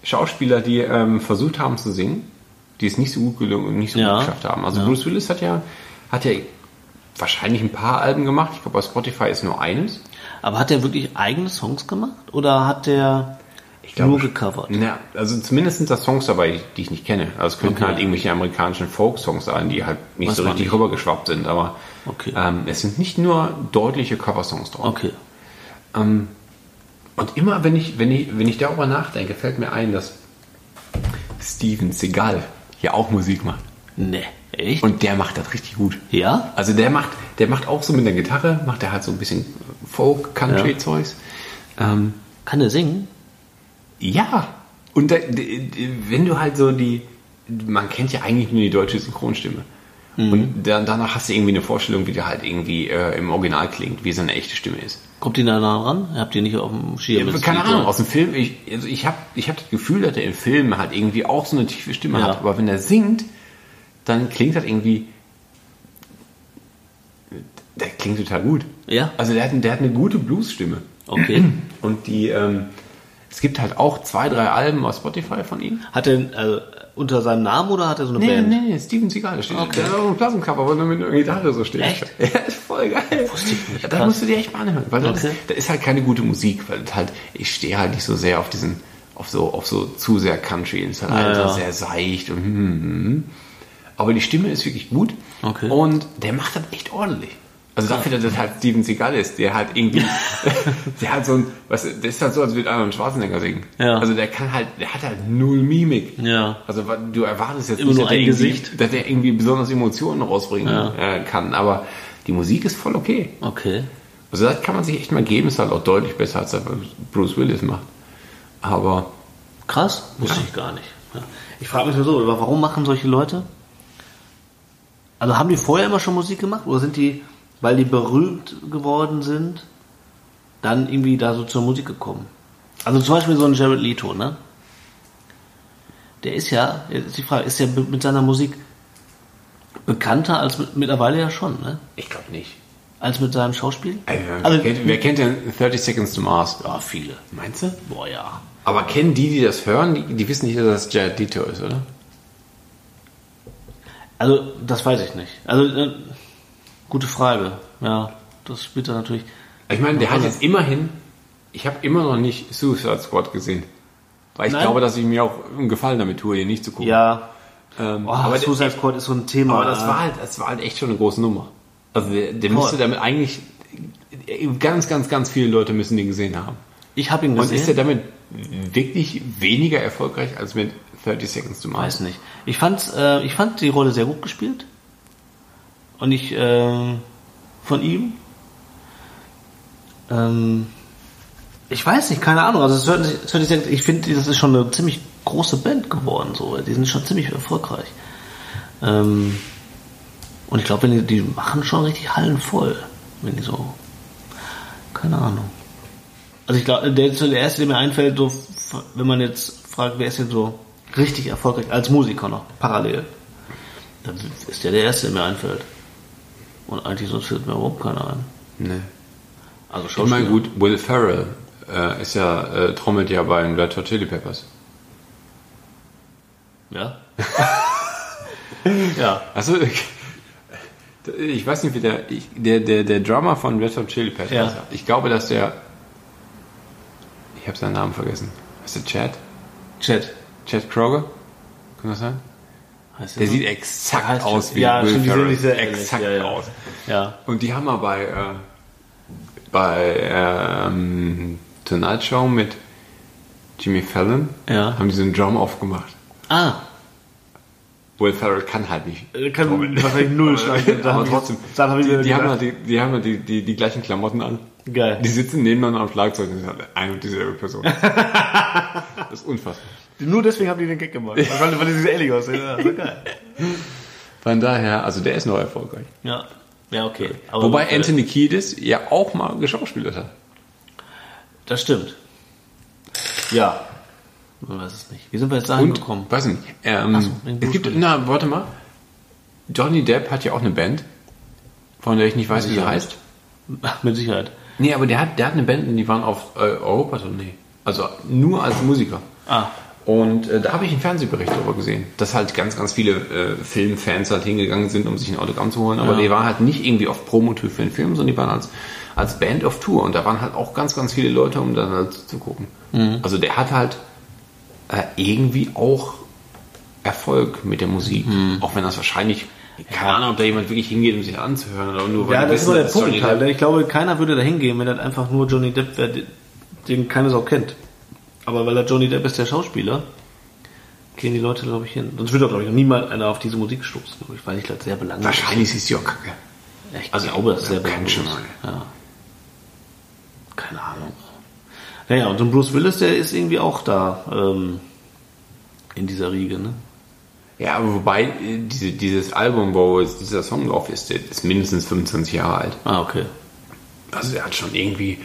S2: Schauspieler, die ähm, versucht haben zu singen, die es nicht so gut gelungen und nicht so
S3: Ja.
S2: gut geschafft haben. Also Bruce Willis hat ja, hat ja wahrscheinlich ein paar Alben gemacht. Ich glaube, bei Spotify ist nur eines.
S3: Aber hat der wirklich eigene Songs gemacht? Oder hat der nur gecovert?
S2: Na, also zumindest sind da Songs dabei, die ich nicht kenne. Also es könnten halt irgendwelche amerikanischen Folk-Songs sein, die halt nicht
S3: Weiß
S2: so
S3: man
S2: richtig
S3: nicht.
S2: rübergeschwappt sind. Aber
S3: Okay.
S2: ähm, es sind nicht nur deutliche Cover-Songs drauf.
S3: Okay.
S2: Und immer, wenn ich, wenn ich, wenn ich darüber nachdenke, fällt mir ein, dass Steven Seagal hier auch Musik macht.
S3: Nee. Echt?
S2: Und der macht das richtig gut.
S3: ja?
S2: Also der macht, der macht auch so mit der Gitarre, macht er halt so ein bisschen Folk, Country-Zeugs. Ja. Ähm,
S3: Kann der singen?
S2: ja. Und da, d- d- wenn du halt so die, man kennt ja eigentlich nur die deutsche Synchronstimme. Und da, danach hast du irgendwie eine Vorstellung, wie der halt irgendwie äh, im Original klingt, wie seine echte Stimme ist.
S3: Kommt die da nah ran? Habt ihr nicht auf dem Schirm?
S2: Ja,
S3: jetzt?
S2: Keine Ahnung, aus dem Film, ich, also ich habe ich hab das Gefühl, dass er im Film halt irgendwie auch so eine tiefe Stimme
S3: Ja.
S2: hat, aber wenn er singt, dann klingt das irgendwie. Der klingt total gut.
S3: Ja?
S2: Also der hat, der hat eine gute Bluesstimme.
S3: Okay.
S2: Und die, ähm, es gibt halt auch zwei, drei Alben auf Spotify von ihm.
S3: Hat er also, unter seinem Namen oder hat er so eine
S2: Nee,
S3: Band?
S2: nee, nee, Steven Seagal, da steht
S3: Okay.
S2: okay. der hat auch ein Plattencover, wo er mit einer Gitarre so steht.
S3: Echt?
S2: Ja, ist voll geil. Da musst du dir echt mal anhören, weil das,
S3: Okay.
S2: da ist halt keine gute Musik, weil das halt, ich stehe halt nicht so sehr auf diesen, auf so, auf so zu sehr Country, ist halt
S3: Ja,
S2: alles
S3: ja.
S2: so sehr seicht und hm, hm, hm. Aber die Stimme ist wirklich gut
S3: Okay.
S2: und der macht das echt ordentlich. Also dafür, dass das halt Steven Seagal ist, der halt irgendwie, der hat so ein, was, das ist halt so, als würde Arnold Schwarzenegger singen.
S3: Ja.
S2: Also der kann halt, der hat halt null Mimik.
S3: Ja.
S2: Also wa- du erwartest jetzt
S3: Immer nur
S2: dass der
S3: ein
S2: irgendwie-
S3: Gesicht.
S2: Dass er irgendwie besonders Emotionen rausbringen äh, kann. Aber die Musik ist voll okay.
S3: Okay.
S2: Also das kann man sich echt mal geben. Ist halt auch deutlich besser, als das, was Bruce Willis macht. Aber
S3: Krass, wusste ich gar nicht. Ja. Ich frage mich nur so, aber warum machen solche Leute? Also haben die vorher immer schon Musik gemacht oder sind die, weil die berühmt geworden sind, dann irgendwie da so zur Musik gekommen? Also zum Beispiel so ein Jared Leto, ne? Der ist ja, jetzt ist die Frage, ist der be- mit seiner Musik bekannter als mit, mittlerweile ja schon, ne?
S2: ich glaube nicht.
S3: Als mit seinem Schauspiel?
S2: Also, wer, kennt, wer kennt denn 30 Seconds to Mars?
S3: ja, viele.
S2: Meinst du?
S3: Boah, ja.
S2: Aber kennen die, die das hören, die, die wissen nicht, dass das Jared Leto ist, oder?
S3: Also, das weiß ich nicht. Also, äh, gute Frage. Ja, das spielt da natürlich.
S2: Ich meine,
S3: Also
S2: der hat jetzt immerhin, ich habe immer noch nicht Suicide Squad gesehen. Weil ich
S3: Nein.
S2: glaube, dass ich mir auch einen Gefallen damit tue, den nicht zu gucken.
S3: Ja,
S2: Ähm,
S3: oh, aber Suicide Squad ist so ein Thema.
S2: Aber das war
S3: äh,
S2: halt, das war halt echt schon eine große Nummer. Also der, der
S3: Voll.
S2: müsste damit eigentlich ganz, ganz, ganz viele Leute müssen den gesehen haben.
S3: ich habe ihn
S2: Und ist er
S3: gesehen.
S2: damit wirklich weniger erfolgreich als mit 30 Seconds to Mars?
S3: Weiß nicht. Ich fand's, äh, ich fand die Rolle sehr gut gespielt. Und ich ähm, von ihm. Ähm, ich weiß nicht, keine Ahnung. Also es hört, sich- es hört sich, ich finde, das ist schon eine ziemlich große Band geworden. So, die sind schon ziemlich erfolgreich. Ähm, und ich glaube, wenn die, die machen schon richtig Hallen voll, wenn die so. Keine Ahnung. Also ich glaube, der ist so der erste, der mir einfällt, so f- wenn man jetzt fragt, wer ist denn so richtig erfolgreich als Musiker noch parallel, dann ist der der erste, der mir einfällt. Und eigentlich sonst fällt mir überhaupt keiner ein.
S2: Nee.
S3: Also
S2: Ich
S3: Schauspieler.
S2: meine, gut, Will Ferrell äh, ist ja, äh, trommelt ja bei den Red Hot Chili Peppers.
S3: Ja. ja.
S2: Also ich, ich weiß nicht, wie der, ich, der, der, der Drummer von Red Hot Chili Peppers.
S3: Ja.
S2: Ich glaube, dass der, ich habe seinen Namen vergessen. Heißt der Chad?
S3: Chat.
S2: Chad Kroger? Kann das sein?
S3: Heißt ne?
S2: Der
S3: so?
S2: sieht exakt
S3: Heißt
S2: aus
S3: Mhm. der-
S2: wie
S3: ja,
S2: Will
S3: stimmt, die sehen
S2: Ferrell.
S3: sich sehr ähnlich.
S2: exakt
S3: ja, ja.
S2: aus.
S3: Ja.
S2: Und die haben mal bei äh, bei ähm, Tonight Show mit Jimmy Fallon
S3: Ja.
S2: haben die so einen Drum aufgemacht.
S3: Ah,
S2: Will Ferrell kann halt nicht.
S3: Er kann
S2: drummen.
S3: wahrscheinlich null
S2: Aber-
S3: schlagen. Da
S2: Aber
S3: hab ich-
S2: trotzdem,
S3: dann hab ich mir
S2: die, die, haben
S3: gedacht-
S2: halt die, die haben halt die, die, die gleichen Klamotten an.
S3: Geil.
S2: Die sitzen nebeneinander am Schlagzeug und sind halt eine und dieselbe Person. das ist unfassbar.
S3: nur deswegen haben die den Gag gemacht. Weil, weil die sich ehrlich aussehen. Ja, so geil.
S2: Von daher, also der ist noch erfolgreich.
S3: Ja, ja okay. Aber
S2: Wobei
S3: gut, äh,
S2: Anthony Kiedis ja auch mal geschauspielert hat.
S3: Das stimmt. Ja. Man weiß es nicht. Wie sind wir jetzt da
S2: Und,
S3: hingekommen?
S2: weiß nicht, ähm,
S3: Ach so, wegen
S2: es gibt,
S3: Bruce Willis.
S2: na, warte mal. Johnny Depp hat ja auch eine Band, von der ich nicht weiß, wie sie heißt.
S3: Ach, mit Sicherheit.
S2: Nee, aber der hat, der hat eine Band und die waren auf äh, Europatournee. Also nur als Musiker.
S3: Ah.
S2: Und äh, da habe ich einen Fernsehbericht darüber gesehen, dass halt ganz, ganz viele äh, Filmfans halt hingegangen sind, um sich ein Autogramm zu holen. Aber
S3: Ja.
S2: die waren halt nicht irgendwie auf Promotour für den Film, sondern die waren als, als Band auf Tour. Und da waren halt auch ganz, ganz viele Leute, um dann halt zu gucken.
S3: Mhm.
S2: Also der hat halt äh, irgendwie auch Erfolg mit der Musik.
S3: Mhm.
S2: Auch wenn das wahrscheinlich, keine Ahnung, ob da jemand wirklich hingeht, um sich anzuhören oder nur
S3: Ja,
S2: die
S3: das ist immer der
S2: dass Johnny
S3: Punkt. Halt.
S2: Depp-
S3: denn Ich glaube, keiner würde da hingehen, wenn das einfach nur Johnny Depp wäre, den- den keine Sau kennt. Aber weil er Johnny Depp ist, der Schauspieler, gehen die Leute, glaube ich, hin. Sonst würde, glaube ich, noch niemals einer auf diese Musik stoßen, glaube ich, weil ich das sehr belanglos
S2: Wahrscheinlich ist die auch kacke.
S3: Ja, ich
S2: Also,
S3: glaube, das ist
S2: ja,
S3: sehr
S2: kann
S3: belanglos.
S2: schon mal.
S3: Ja. Keine Ahnung. Naja, und so ein Bruce Willis, der ist irgendwie auch da ähm, in dieser Riege, ne?
S2: Ja, aber wobei äh, diese, dieses Album, wo jetzt dieser Song drauf ist, der ist mindestens 25 Jahre alt.
S3: Ah, okay.
S2: Also der hat schon irgendwie,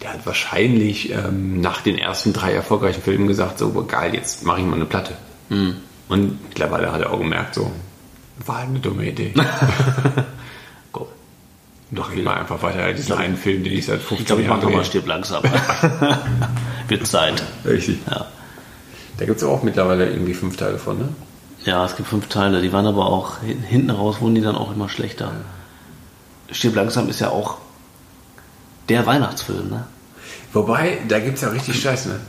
S2: der hat wahrscheinlich ähm, nach den ersten drei erfolgreichen Filmen gesagt, so boah, geil, jetzt mache ich mal eine Platte. Hm. Und mittlerweile hat er auch gemerkt, so war halt eine dumme Idee.
S3: Go.
S2: Doch ich mal einfach weiter diesen
S3: glaub-
S2: einen Film, den ich seit 15
S3: Ich glaube, ich
S2: Jahren
S3: mache nochmal
S2: drehe.
S3: stirb langsam. Wird Zeit.
S2: Richtig.
S3: Ja.
S2: Da gibt es auch mittlerweile irgendwie fünf Teile von, ne?
S3: ja, es gibt fünf Teile, die waren aber auch hin- hinten raus, wurden die dann auch immer schlechter. Stirb langsam ist ja auch der Weihnachtsfilm, ne?
S2: Wobei, da gibt es ja richtig Stress, ne?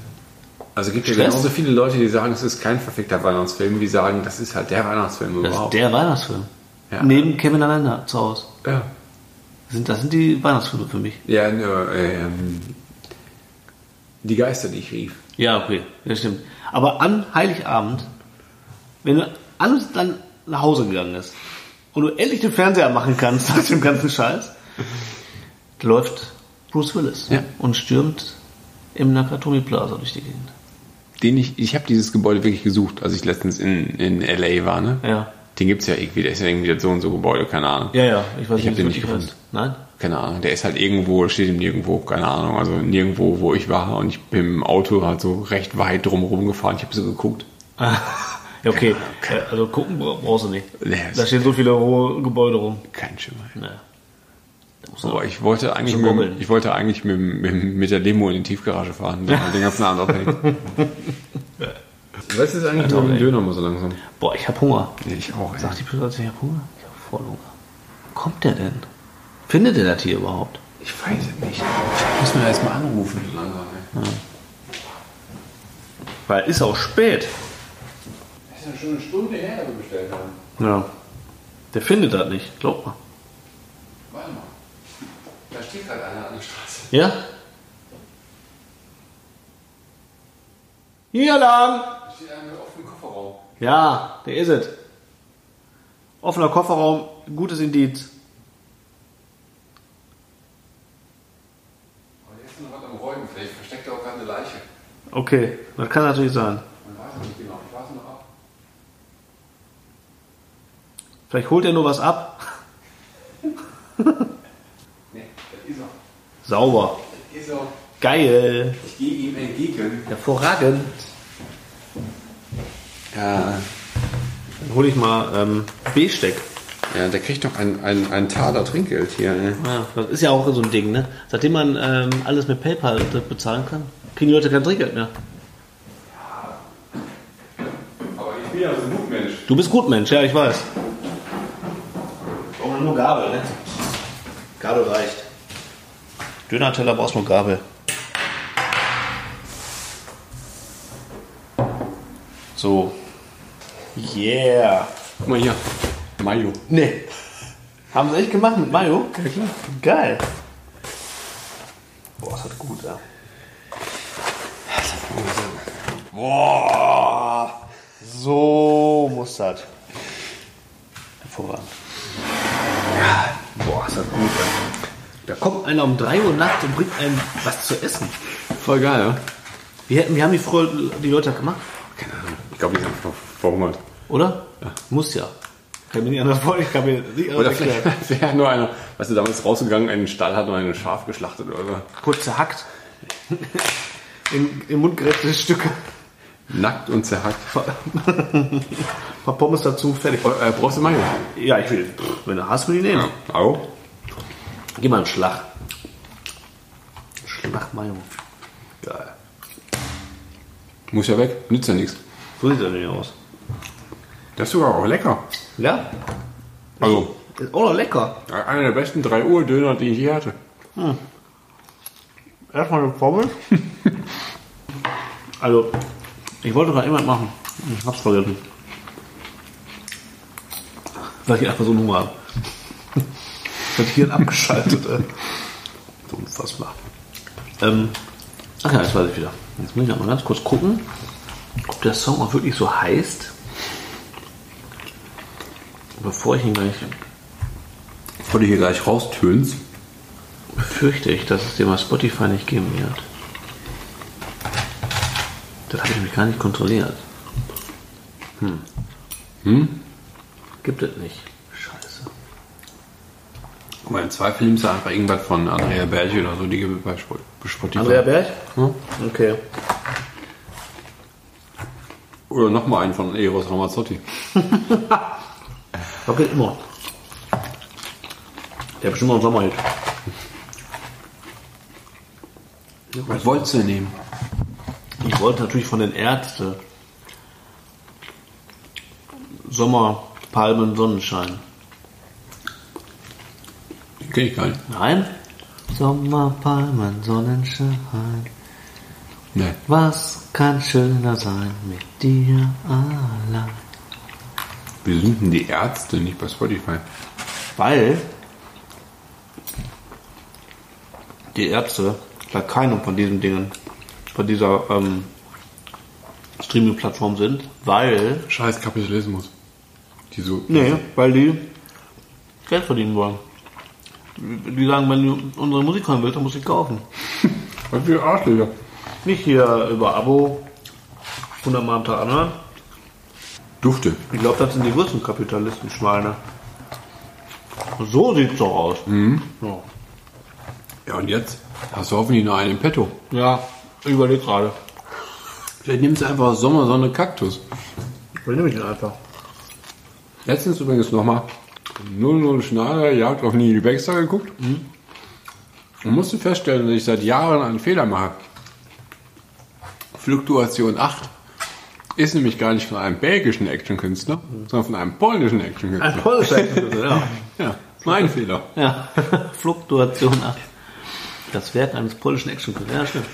S2: Also gibt ja
S3: Hm. Stress?
S2: genauso viele Leute, die sagen, es ist kein verfickter Weihnachtsfilm, wie sagen, das ist halt der Weihnachtsfilm
S3: Das
S2: überhaupt.
S3: ist der Weihnachtsfilm.
S2: Ja.
S3: Neben Kevin alleine zu Hause.
S2: ja.
S3: Das sind, das sind die Weihnachtsfilme für mich.
S2: Ja, nur, ähm, die Geister, die ich rief.
S3: Ja, okay, das stimmt. Aber an Heiligabend, wenn du alles dann nach Hause gegangen ist und du endlich den Fernseher machen kannst nach dem ganzen Scheiß, läuft Bruce Willis
S2: Ja.
S3: und stürmt im Nakatomi Plaza durch die Gegend.
S2: Den ich, ich habe dieses Gebäude wirklich gesucht, als ich letztens in, in L.A. war, ne?
S3: Ja.
S2: Den gibt's ja irgendwie, der ist ja irgendwie das so und so Gebäude, keine Ahnung.
S3: Ja, ja, ich weiß
S2: Ich hab
S3: wie
S2: den
S3: es
S2: nicht gefunden.
S3: wirklich heißt. Nein?
S2: Keine Ahnung, der ist halt irgendwo, steht im Nirgendwo, keine Ahnung, also nirgendwo, wo ich war und ich bin im Auto halt so recht weit drumherum gefahren, ich habe so geguckt.
S3: Ah, ja, okay. Ja, Also gucken bra- brauchst du nicht.
S2: Nee,
S3: Da stehen so viele hohe Gebäude rum.
S2: Kein Schimmer.
S3: Naja. Da musst du-
S2: Aber ich wollte eigentlich,
S3: Zum
S2: mit, dem-
S3: Gummeln.
S2: ich wollte eigentlich mit, dem- mit, dem- mit der Limo in die Tiefgarage fahren, den, den ganzen Abend abhängen. Was ist eigentlich mit dem Döner mal so langsam?
S3: Boah, ich hab Hunger.
S2: Ich auch. ey.
S3: Sagt die Pilze, ich hab Hunger? Ich hab voll Hunger. Wo kommt der denn? Findet der das hier überhaupt?
S2: Ich weiß es nicht. Muss man erst mal anrufen. so Langsam, ey.
S3: Weil ist auch spät.
S2: Das ist ja schon eine Stunde her, dass wir bestellt haben.
S3: Ja. Der findet das nicht, glaub mal.
S2: Warte mal. Da steht gerade einer an der Straße.
S3: Ja? Hier lang!
S2: Da steht einer mit offenem Kofferraum.
S3: Ja, der ist es. Offener Kofferraum, gutes Indiz.
S2: Aber jetzt ist noch was am Räumen. Vielleicht versteckt er auch gerade eine Leiche.
S3: Okay, das kann natürlich sein.
S2: Man weiß es nicht genau. Ich warte noch ab.
S3: Vielleicht holt er nur was ab.
S2: Nee, das ist er.
S3: Sauber.
S2: Das ist er.
S3: Geil.
S2: Ich gehe ihm entgegen.
S3: Hervorragend.
S2: Ja.
S3: Dann hol ich mal ähm, Besteck.
S2: Ja, der kriegt noch ein, ein, ein Taler Trinkgeld hier. Ne?
S3: Ja, das ist ja auch so ein Ding, ne? Seitdem man ähm, alles mit PayPal bezahlen kann, kriegen die Leute kein Trinkgeld mehr.
S2: Aber ich bin ja so ein Gutmensch.
S3: Du bist gut, Mensch, ja, ich weiß. Brauchen nur Gabel, ne? Gabel reicht. Döner-Teller brauchst nur Gabel. So. Yeah.
S2: Guck mal hier. Mayo.
S3: Nee. Haben sie echt gemacht mit Mayo? Ja, klar. Geil. sich gut an.
S2: Boah!
S3: So muss das. Hervorragend.
S2: Boah, ist das gut, ey.
S3: Da kommt einer um 3 Uhr nachts und bringt einem was zu essen.
S2: Voll geil, ne?
S3: Wie, hätten, wie haben die früher die Leute das gemacht?
S2: Keine Ahnung. Ich glaube, die sind ver- verhungert.
S3: Oder? Muss ja. Kann mir nicht anders vor, ich kann mir nicht
S2: Oder
S3: anders
S2: vielleicht
S3: erklären.
S2: wäre nur einer, weißt du, damals rausgegangen, in den Stall hat nur ein Schaf geschlachtet oder so.
S3: Kurz zerhackt. In, in mundgerechte Stücke.
S2: Nackt und zerhackt.
S3: Ein paar Pommes dazu, fertig.
S2: Oh, äh, brauchst du Mayo?
S3: Ja, ich will. Wenn du hast, will ich nehmen.
S2: Au.
S3: Gib mal einen Schlag. Schlag Mayo. Geil.
S2: Muss ja weg. Nützt ja nichts.
S3: So sieht er denn aus.
S2: Das ist sogar auch lecker.
S3: Ja?
S2: Also,
S3: Ist auch noch lecker.
S2: einer der besten 3 Uhr Döner, die ich je hatte.
S3: Erstmal eine Pommes. also, ich wollte gerade immer machen. Ich hab's vergessen. Weil ich einfach so einen Hunger habe. Das Hirn abgeschaltet. ey. so unfassbar. Ähm, ach ja, jetzt weiß ich wieder. Jetzt muss ich noch mal ganz kurz gucken, ob der Song auch wirklich so heißt. Bevor ich ihn gleich
S2: Bevor du hier gleich raustönst.
S3: befürchte ich, dass es dir mal Spotify nicht geben wird. Das habe ich nämlich gar nicht kontrolliert. Hm. Hm? Gibt es nicht. Scheiße.
S2: Guck mal, in Zweifel nimmst du einfach irgendwas von Andrea Berge oder so, die gibt es bei Sp- bei Spotify.
S3: Andrea Berg? Okay.
S2: Oder nochmal einen von Eros Ramazzotti.
S3: Das geht immer. Der hat bestimmt mal einen Sommerhit.
S2: Was wolltest du nehmen?
S3: Ich wollte natürlich von den Ärzten Sommer, Palmen, Sonnenschein.
S2: Den kenn ich gar nicht.
S3: Nein? Sommer, Palmen, Sonnenschein.
S2: Nee.
S3: Was kann schöner sein mit dir allein?
S2: Wieso sind denn die Ärzte nicht bei Spotify?
S3: Weil die Ärzte bei keinem von diesen Dingen, von dieser ähm, Streaming-Plattform sind, weil.
S2: Scheiß Kapitalismus. Die so.
S3: Nee, weil die Geld verdienen wollen. Die sagen, wenn du unsere Musik hören willst, dann musst du sie kaufen.
S2: Was für Arschlöcher.
S3: Nicht hier über Abo 100 Mal am Tag anhören.
S2: Dufte.
S3: Ich glaube, das sind die größten Kapitalisten-Schweine. So sieht's doch aus. Ja.
S2: Ja, und jetzt hast du hoffentlich noch einen im Petto.
S3: Ja, ich überleg gerade.
S2: Vielleicht nimmst du einfach Sommersonne Kaktus.
S3: Dann nehme ich den einfach.
S2: Letztens übrigens nochmal 00 Schneider Jagd auf Neil Baxter geguckt
S3: Mhm.
S2: und musste feststellen, dass ich seit Jahren einen Fehler mache. Fluktuation 8 ist nämlich gar nicht von einem belgischen Actionkünstler,
S3: Mhm.
S2: sondern von einem polnischen
S3: Ein
S2: Actionkünstler.
S3: tolles Ergebnis, ja.
S2: Ja, mein Fehler.
S3: ja. Fluktuation 8. Das Werk eines polnischen Actionkünstlers. Ja, stimmt.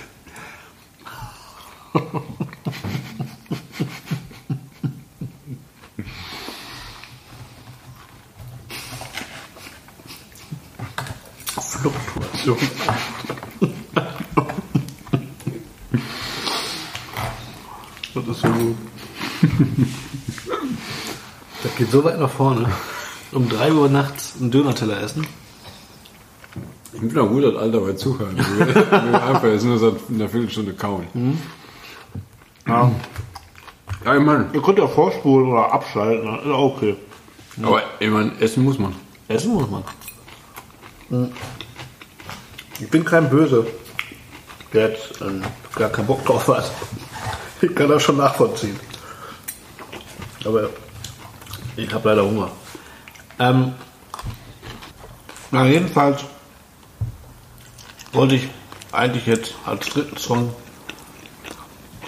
S3: Fluktuation. Das ist so gut. Das geht so weit nach vorne. Um 3 Uhr nachts einen Dönerteller essen.
S2: Ich bin auch gut, dass Alter bei Zuhören. Mir wird einfach jetzt nur seit einer Viertelstunde kauen.
S3: Mhm. Ja.
S2: Ja, ich meine,
S3: Ihr könnt ja vorspulen oder abschalten, ne? ist auch okay.
S2: aber ich mein, essen muss man.
S3: Essen muss man. Hm. Ich bin kein Böse, der jetzt ähm, gar keinen Bock drauf hat. Ich kann das schon nachvollziehen. Aber ich habe leider Hunger. Ähm, na jedenfalls wollte ich eigentlich jetzt als dritten Song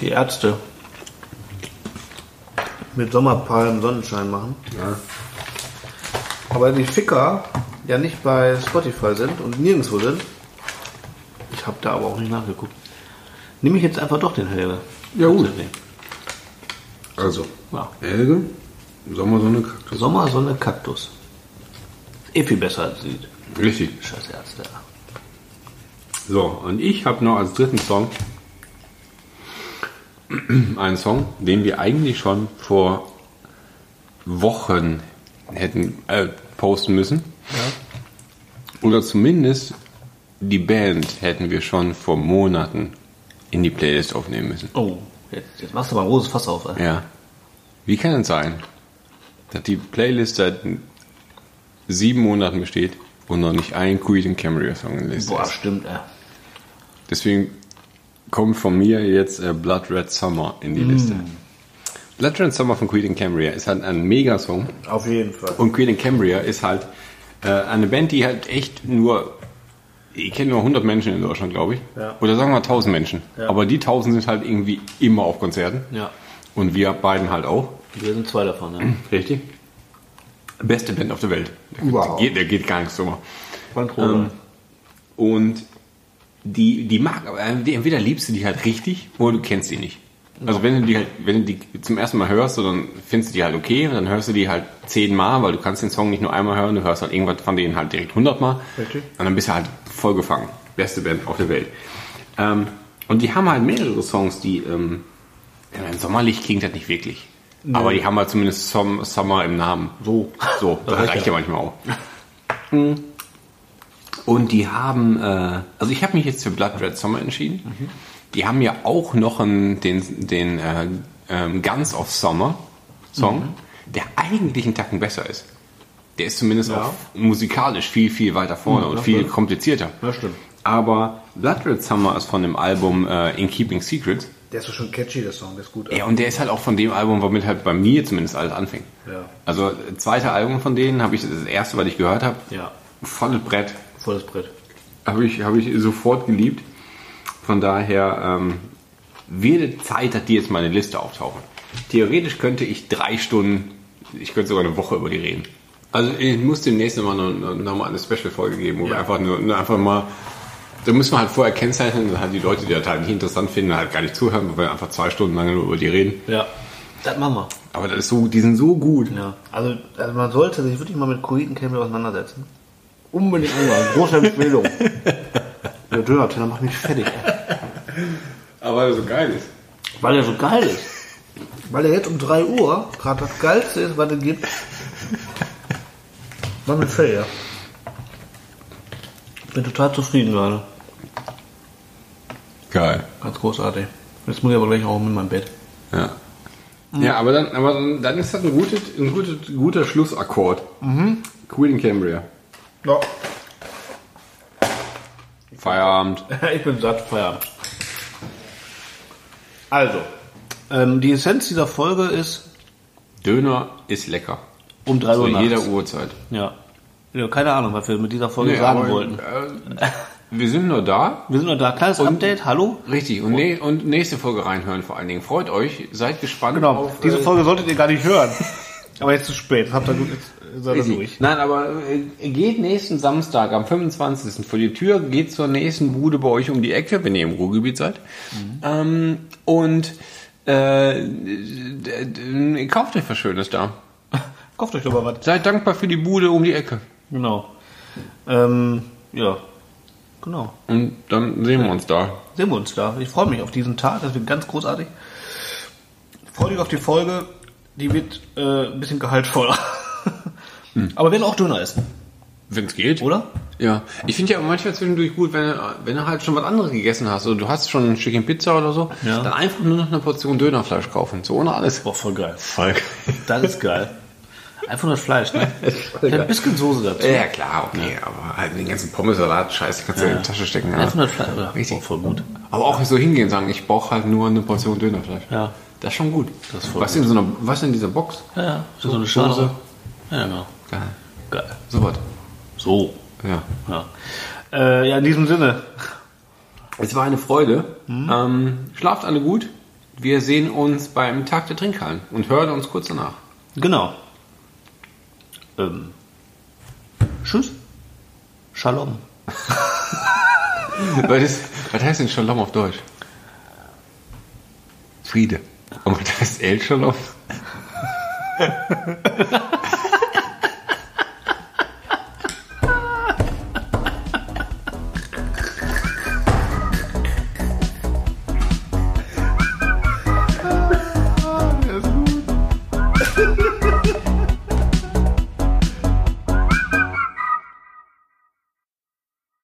S3: die Ärzte mit Sommerpalmen Sonnenschein machen. Aber die Ficker ja nicht bei Spotify sind und nirgendwo sind. Ich habe da aber auch nicht nachgeguckt. Nehme ich jetzt einfach doch den Helge.
S2: Ja, gut. Also,
S3: Ja.
S2: Helge, Sommersonne Kaktus.
S3: Sommer, Sonne, Kaktus. Ist eh viel besser als sieht.
S2: Richtig.
S3: Scheiß Ärzte.
S2: So, und ich habe noch als dritten Song einen Song, den wir eigentlich schon vor Wochen hätten äh, posten müssen. Oder zumindest die Band hätten wir schon vor Monaten in die Playlist aufnehmen müssen.
S3: Oh, jetzt, jetzt machst du mal ein großes Fass auf. Ey.
S2: Ja. Wie kann es sein, dass die Playlist seit sieben Monaten besteht und noch nicht ein Queen Camry Song in der Liste
S3: Boah,
S2: ist?
S3: stimmt, ey.
S2: Deswegen kommt von mir jetzt äh, Blood Red Summer in die Liste.
S4: Mm.
S2: Blood Red Summer von Queen Cambria ist halt ein Megasong.
S4: Auf jeden Fall.
S2: Und Queen Cambria ist halt äh, eine Band, die halt echt nur, ich kenne nur 100 Menschen in Deutschland, glaube ich.
S4: Ja.
S2: Oder sagen wir 1000 Menschen. Aber die 1000 sind halt irgendwie immer auf Konzerten.
S3: Ja,
S2: Und wir beiden halt auch.
S3: wir sind zwei davon, ja.
S2: Richtig. Beste Band auf der Welt. Der,
S4: Überhaupt.
S2: geht, der geht gar nichts drüber.
S4: Bandprobe.
S3: Ähm,
S2: Und die, die mag, aber die, entweder liebst du die halt richtig oder du kennst die nicht. Also wenn du die halt, wenn du die zum ersten Mal hörst, so, dann findest du die halt okay und dann hörst du die halt zehnmal, weil du kannst den Song nicht nur einmal hören, du hörst halt irgendwas von denen halt direkt hundertmal
S4: Richtig.
S2: und dann bist du halt voll gefangen. Beste Band auf der Welt. Ähm, und die haben halt mehrere Songs, die ähm, ja, ein Sommerlicht klingt das nicht wirklich. Aber die haben halt zumindest Som Summer im Namen. So. So, das
S3: reicht
S2: reicht ja manchmal auch. Hm. Und die haben, äh, also ich habe mich jetzt für Blood Red Summer entschieden. Die haben ja auch noch einen, den, den äh, ähm, Guns of Summer Song, der eigentlich einen Tacken besser ist. Der ist zumindest auch musikalisch viel, viel weiter vorne und viel komplizierter.
S4: Ja, stimmt.
S2: Aber Blood Red Summer ist von dem Album äh, In Keeping Secrets.
S4: Der ist doch schon catchy, der Song, der ist gut.
S2: Ja, und der ist halt auch von dem Album, womit halt bei mir zumindest alles anfängt.
S4: Ja.
S2: Also, äh, zweite Album von denen habe ich, das erste, was ich gehört habe,
S3: Ja,
S2: volles Brett.
S3: volles Brett.
S2: Habe ich, hab ich sofort geliebt. Von daher ähm, wird Zeit, dass die jetzt meine Liste auftauchen. Theoretisch könnte ich drei Stunden, ich könnte sogar eine Woche über die reden. Also ich muss demnächst nochmal noch, noch mal eine Special-Folge geben, wo wir einfach nur nur einfach mal, da müssen wir halt vorher kennzeichnen, dass halt die Leute, die das halt nicht interessant finden, halt gar nicht zuhören, weil wir einfach zwei Stunden lang nur über die reden.
S3: Ja, das machen wir.
S2: Aber das ist so, die sind so gut.
S3: Ja.
S4: Also, also man sollte sich wirklich mal mit Koeten Camel auseinandersetzen. Unbedingt anhören. Große Empfehlung. Der Döner-Teller macht mich fertig. ey.
S2: Aber so geil ist.
S3: Weil der so geil ist.
S4: Weil er jetzt um 3 Uhr gerade das Geilste ist, was es gibt. War mit Fell, ja.
S3: Ich bin total zufrieden gerade.
S2: Geil.
S3: Ganz großartig. Jetzt muss ich aber gleich auch mit meinem Bett.
S2: Ja. Ja, aber dann, aber dann, dann ist das ein, gutes, ein gutes, guter Schlussakkord.
S3: Mhm.
S2: Queen in Cambria.
S4: No.
S2: Feierabend.
S3: ich bin satt, Feierabend.
S4: Also,
S3: Ähm, die Essenz dieser Folge ist
S2: Döner ist lecker.
S3: um 3
S2: Zu
S3: Uhr nachts.
S2: jeder Uhrzeit.
S3: Ja. ja. Keine Ahnung, was wir mit dieser Folge
S2: Nee,
S3: sagen
S2: aber,
S3: wollten.
S2: äh, wir sind nur da.
S3: Wir sind noch da. Kleines Update, hallo?
S2: Richtig. Und, ne, und nächste Folge reinhören vor allen Dingen. Freut euch. Seid gespannt
S4: genau.
S2: auf... äh,
S4: Diese Folge solltet ihr gar nicht hören. Aber jetzt ist es spät. Habt ihr gut, jetzt seid ihr durch.
S2: Nein, aber äh, geht nächsten Samstag am 25. vor die Tür, geht zur nächsten Bude bei euch um die Ecke, wenn ihr im Ruhrgebiet seid.
S3: Mhm.
S2: Ähm, und äh, d- d- kauft euch was Schönes da.
S3: Kauft euch doch mal was.
S2: Seid dankbar für die Bude um die Ecke.
S3: Genau. Ähm, ja. Genau.
S2: Und dann sehen wir uns da.
S3: Sehen wir uns da. Ich freue mich auf diesen Tag. Das wird ganz großartig. Ich freue mich auf die Folge. Die wird äh, ein bisschen gehaltvoller.
S2: Hm.
S3: Aber wir werden auch Döner essen,
S2: Wenn es geht.
S3: oder?
S2: Ja. Ich finde ja manchmal zwischendurch gut, wenn, du- wenn du halt schon was anderes gegessen hast. Oder du hast schon ein Stückchen Pizza oder so.
S3: Ja.
S2: Dann einfach nur noch eine Portion Dönerfleisch kaufen. So ohne alles.
S3: Boah, voll geil.
S2: Voll
S3: Das ist geil. Einfach nur das Fleisch, ne? Ein bisschen Soße dazu.
S2: Ja, klar, okay, aber halt den ganzen Pommesalat, scheiße, kannst du in die Tasche stecken. Ja.
S3: Einfach nur das Fleisch. Ja,
S2: Richtig.
S3: boah, voll gut.
S2: Aber auch so hingehen und sagen, ich brauche halt nur eine Portion Dönerfleisch.
S3: Ja.
S2: Das ist schon gut.
S3: Das ist voll
S2: was, In so einer, was in dieser Box?
S3: Ja, ja. So, so eine Schale.
S2: Soße.
S3: Ja, genau.
S2: Geil.
S3: Geil.
S2: So was.
S3: So.
S2: Ja.
S3: Ja. Äh, ja, in diesem Sinne.
S2: Es war eine Freude.
S3: Mhm.
S2: Ähm, schlaft alle gut. Wir sehen uns beim Tag der Trinkhallen und hören uns kurz danach.
S3: Genau. Ähm. Tschüss. Shalom.
S2: was, ist, was heißt denn Shalom auf Deutsch? Friede. Und was heißt El Shalom?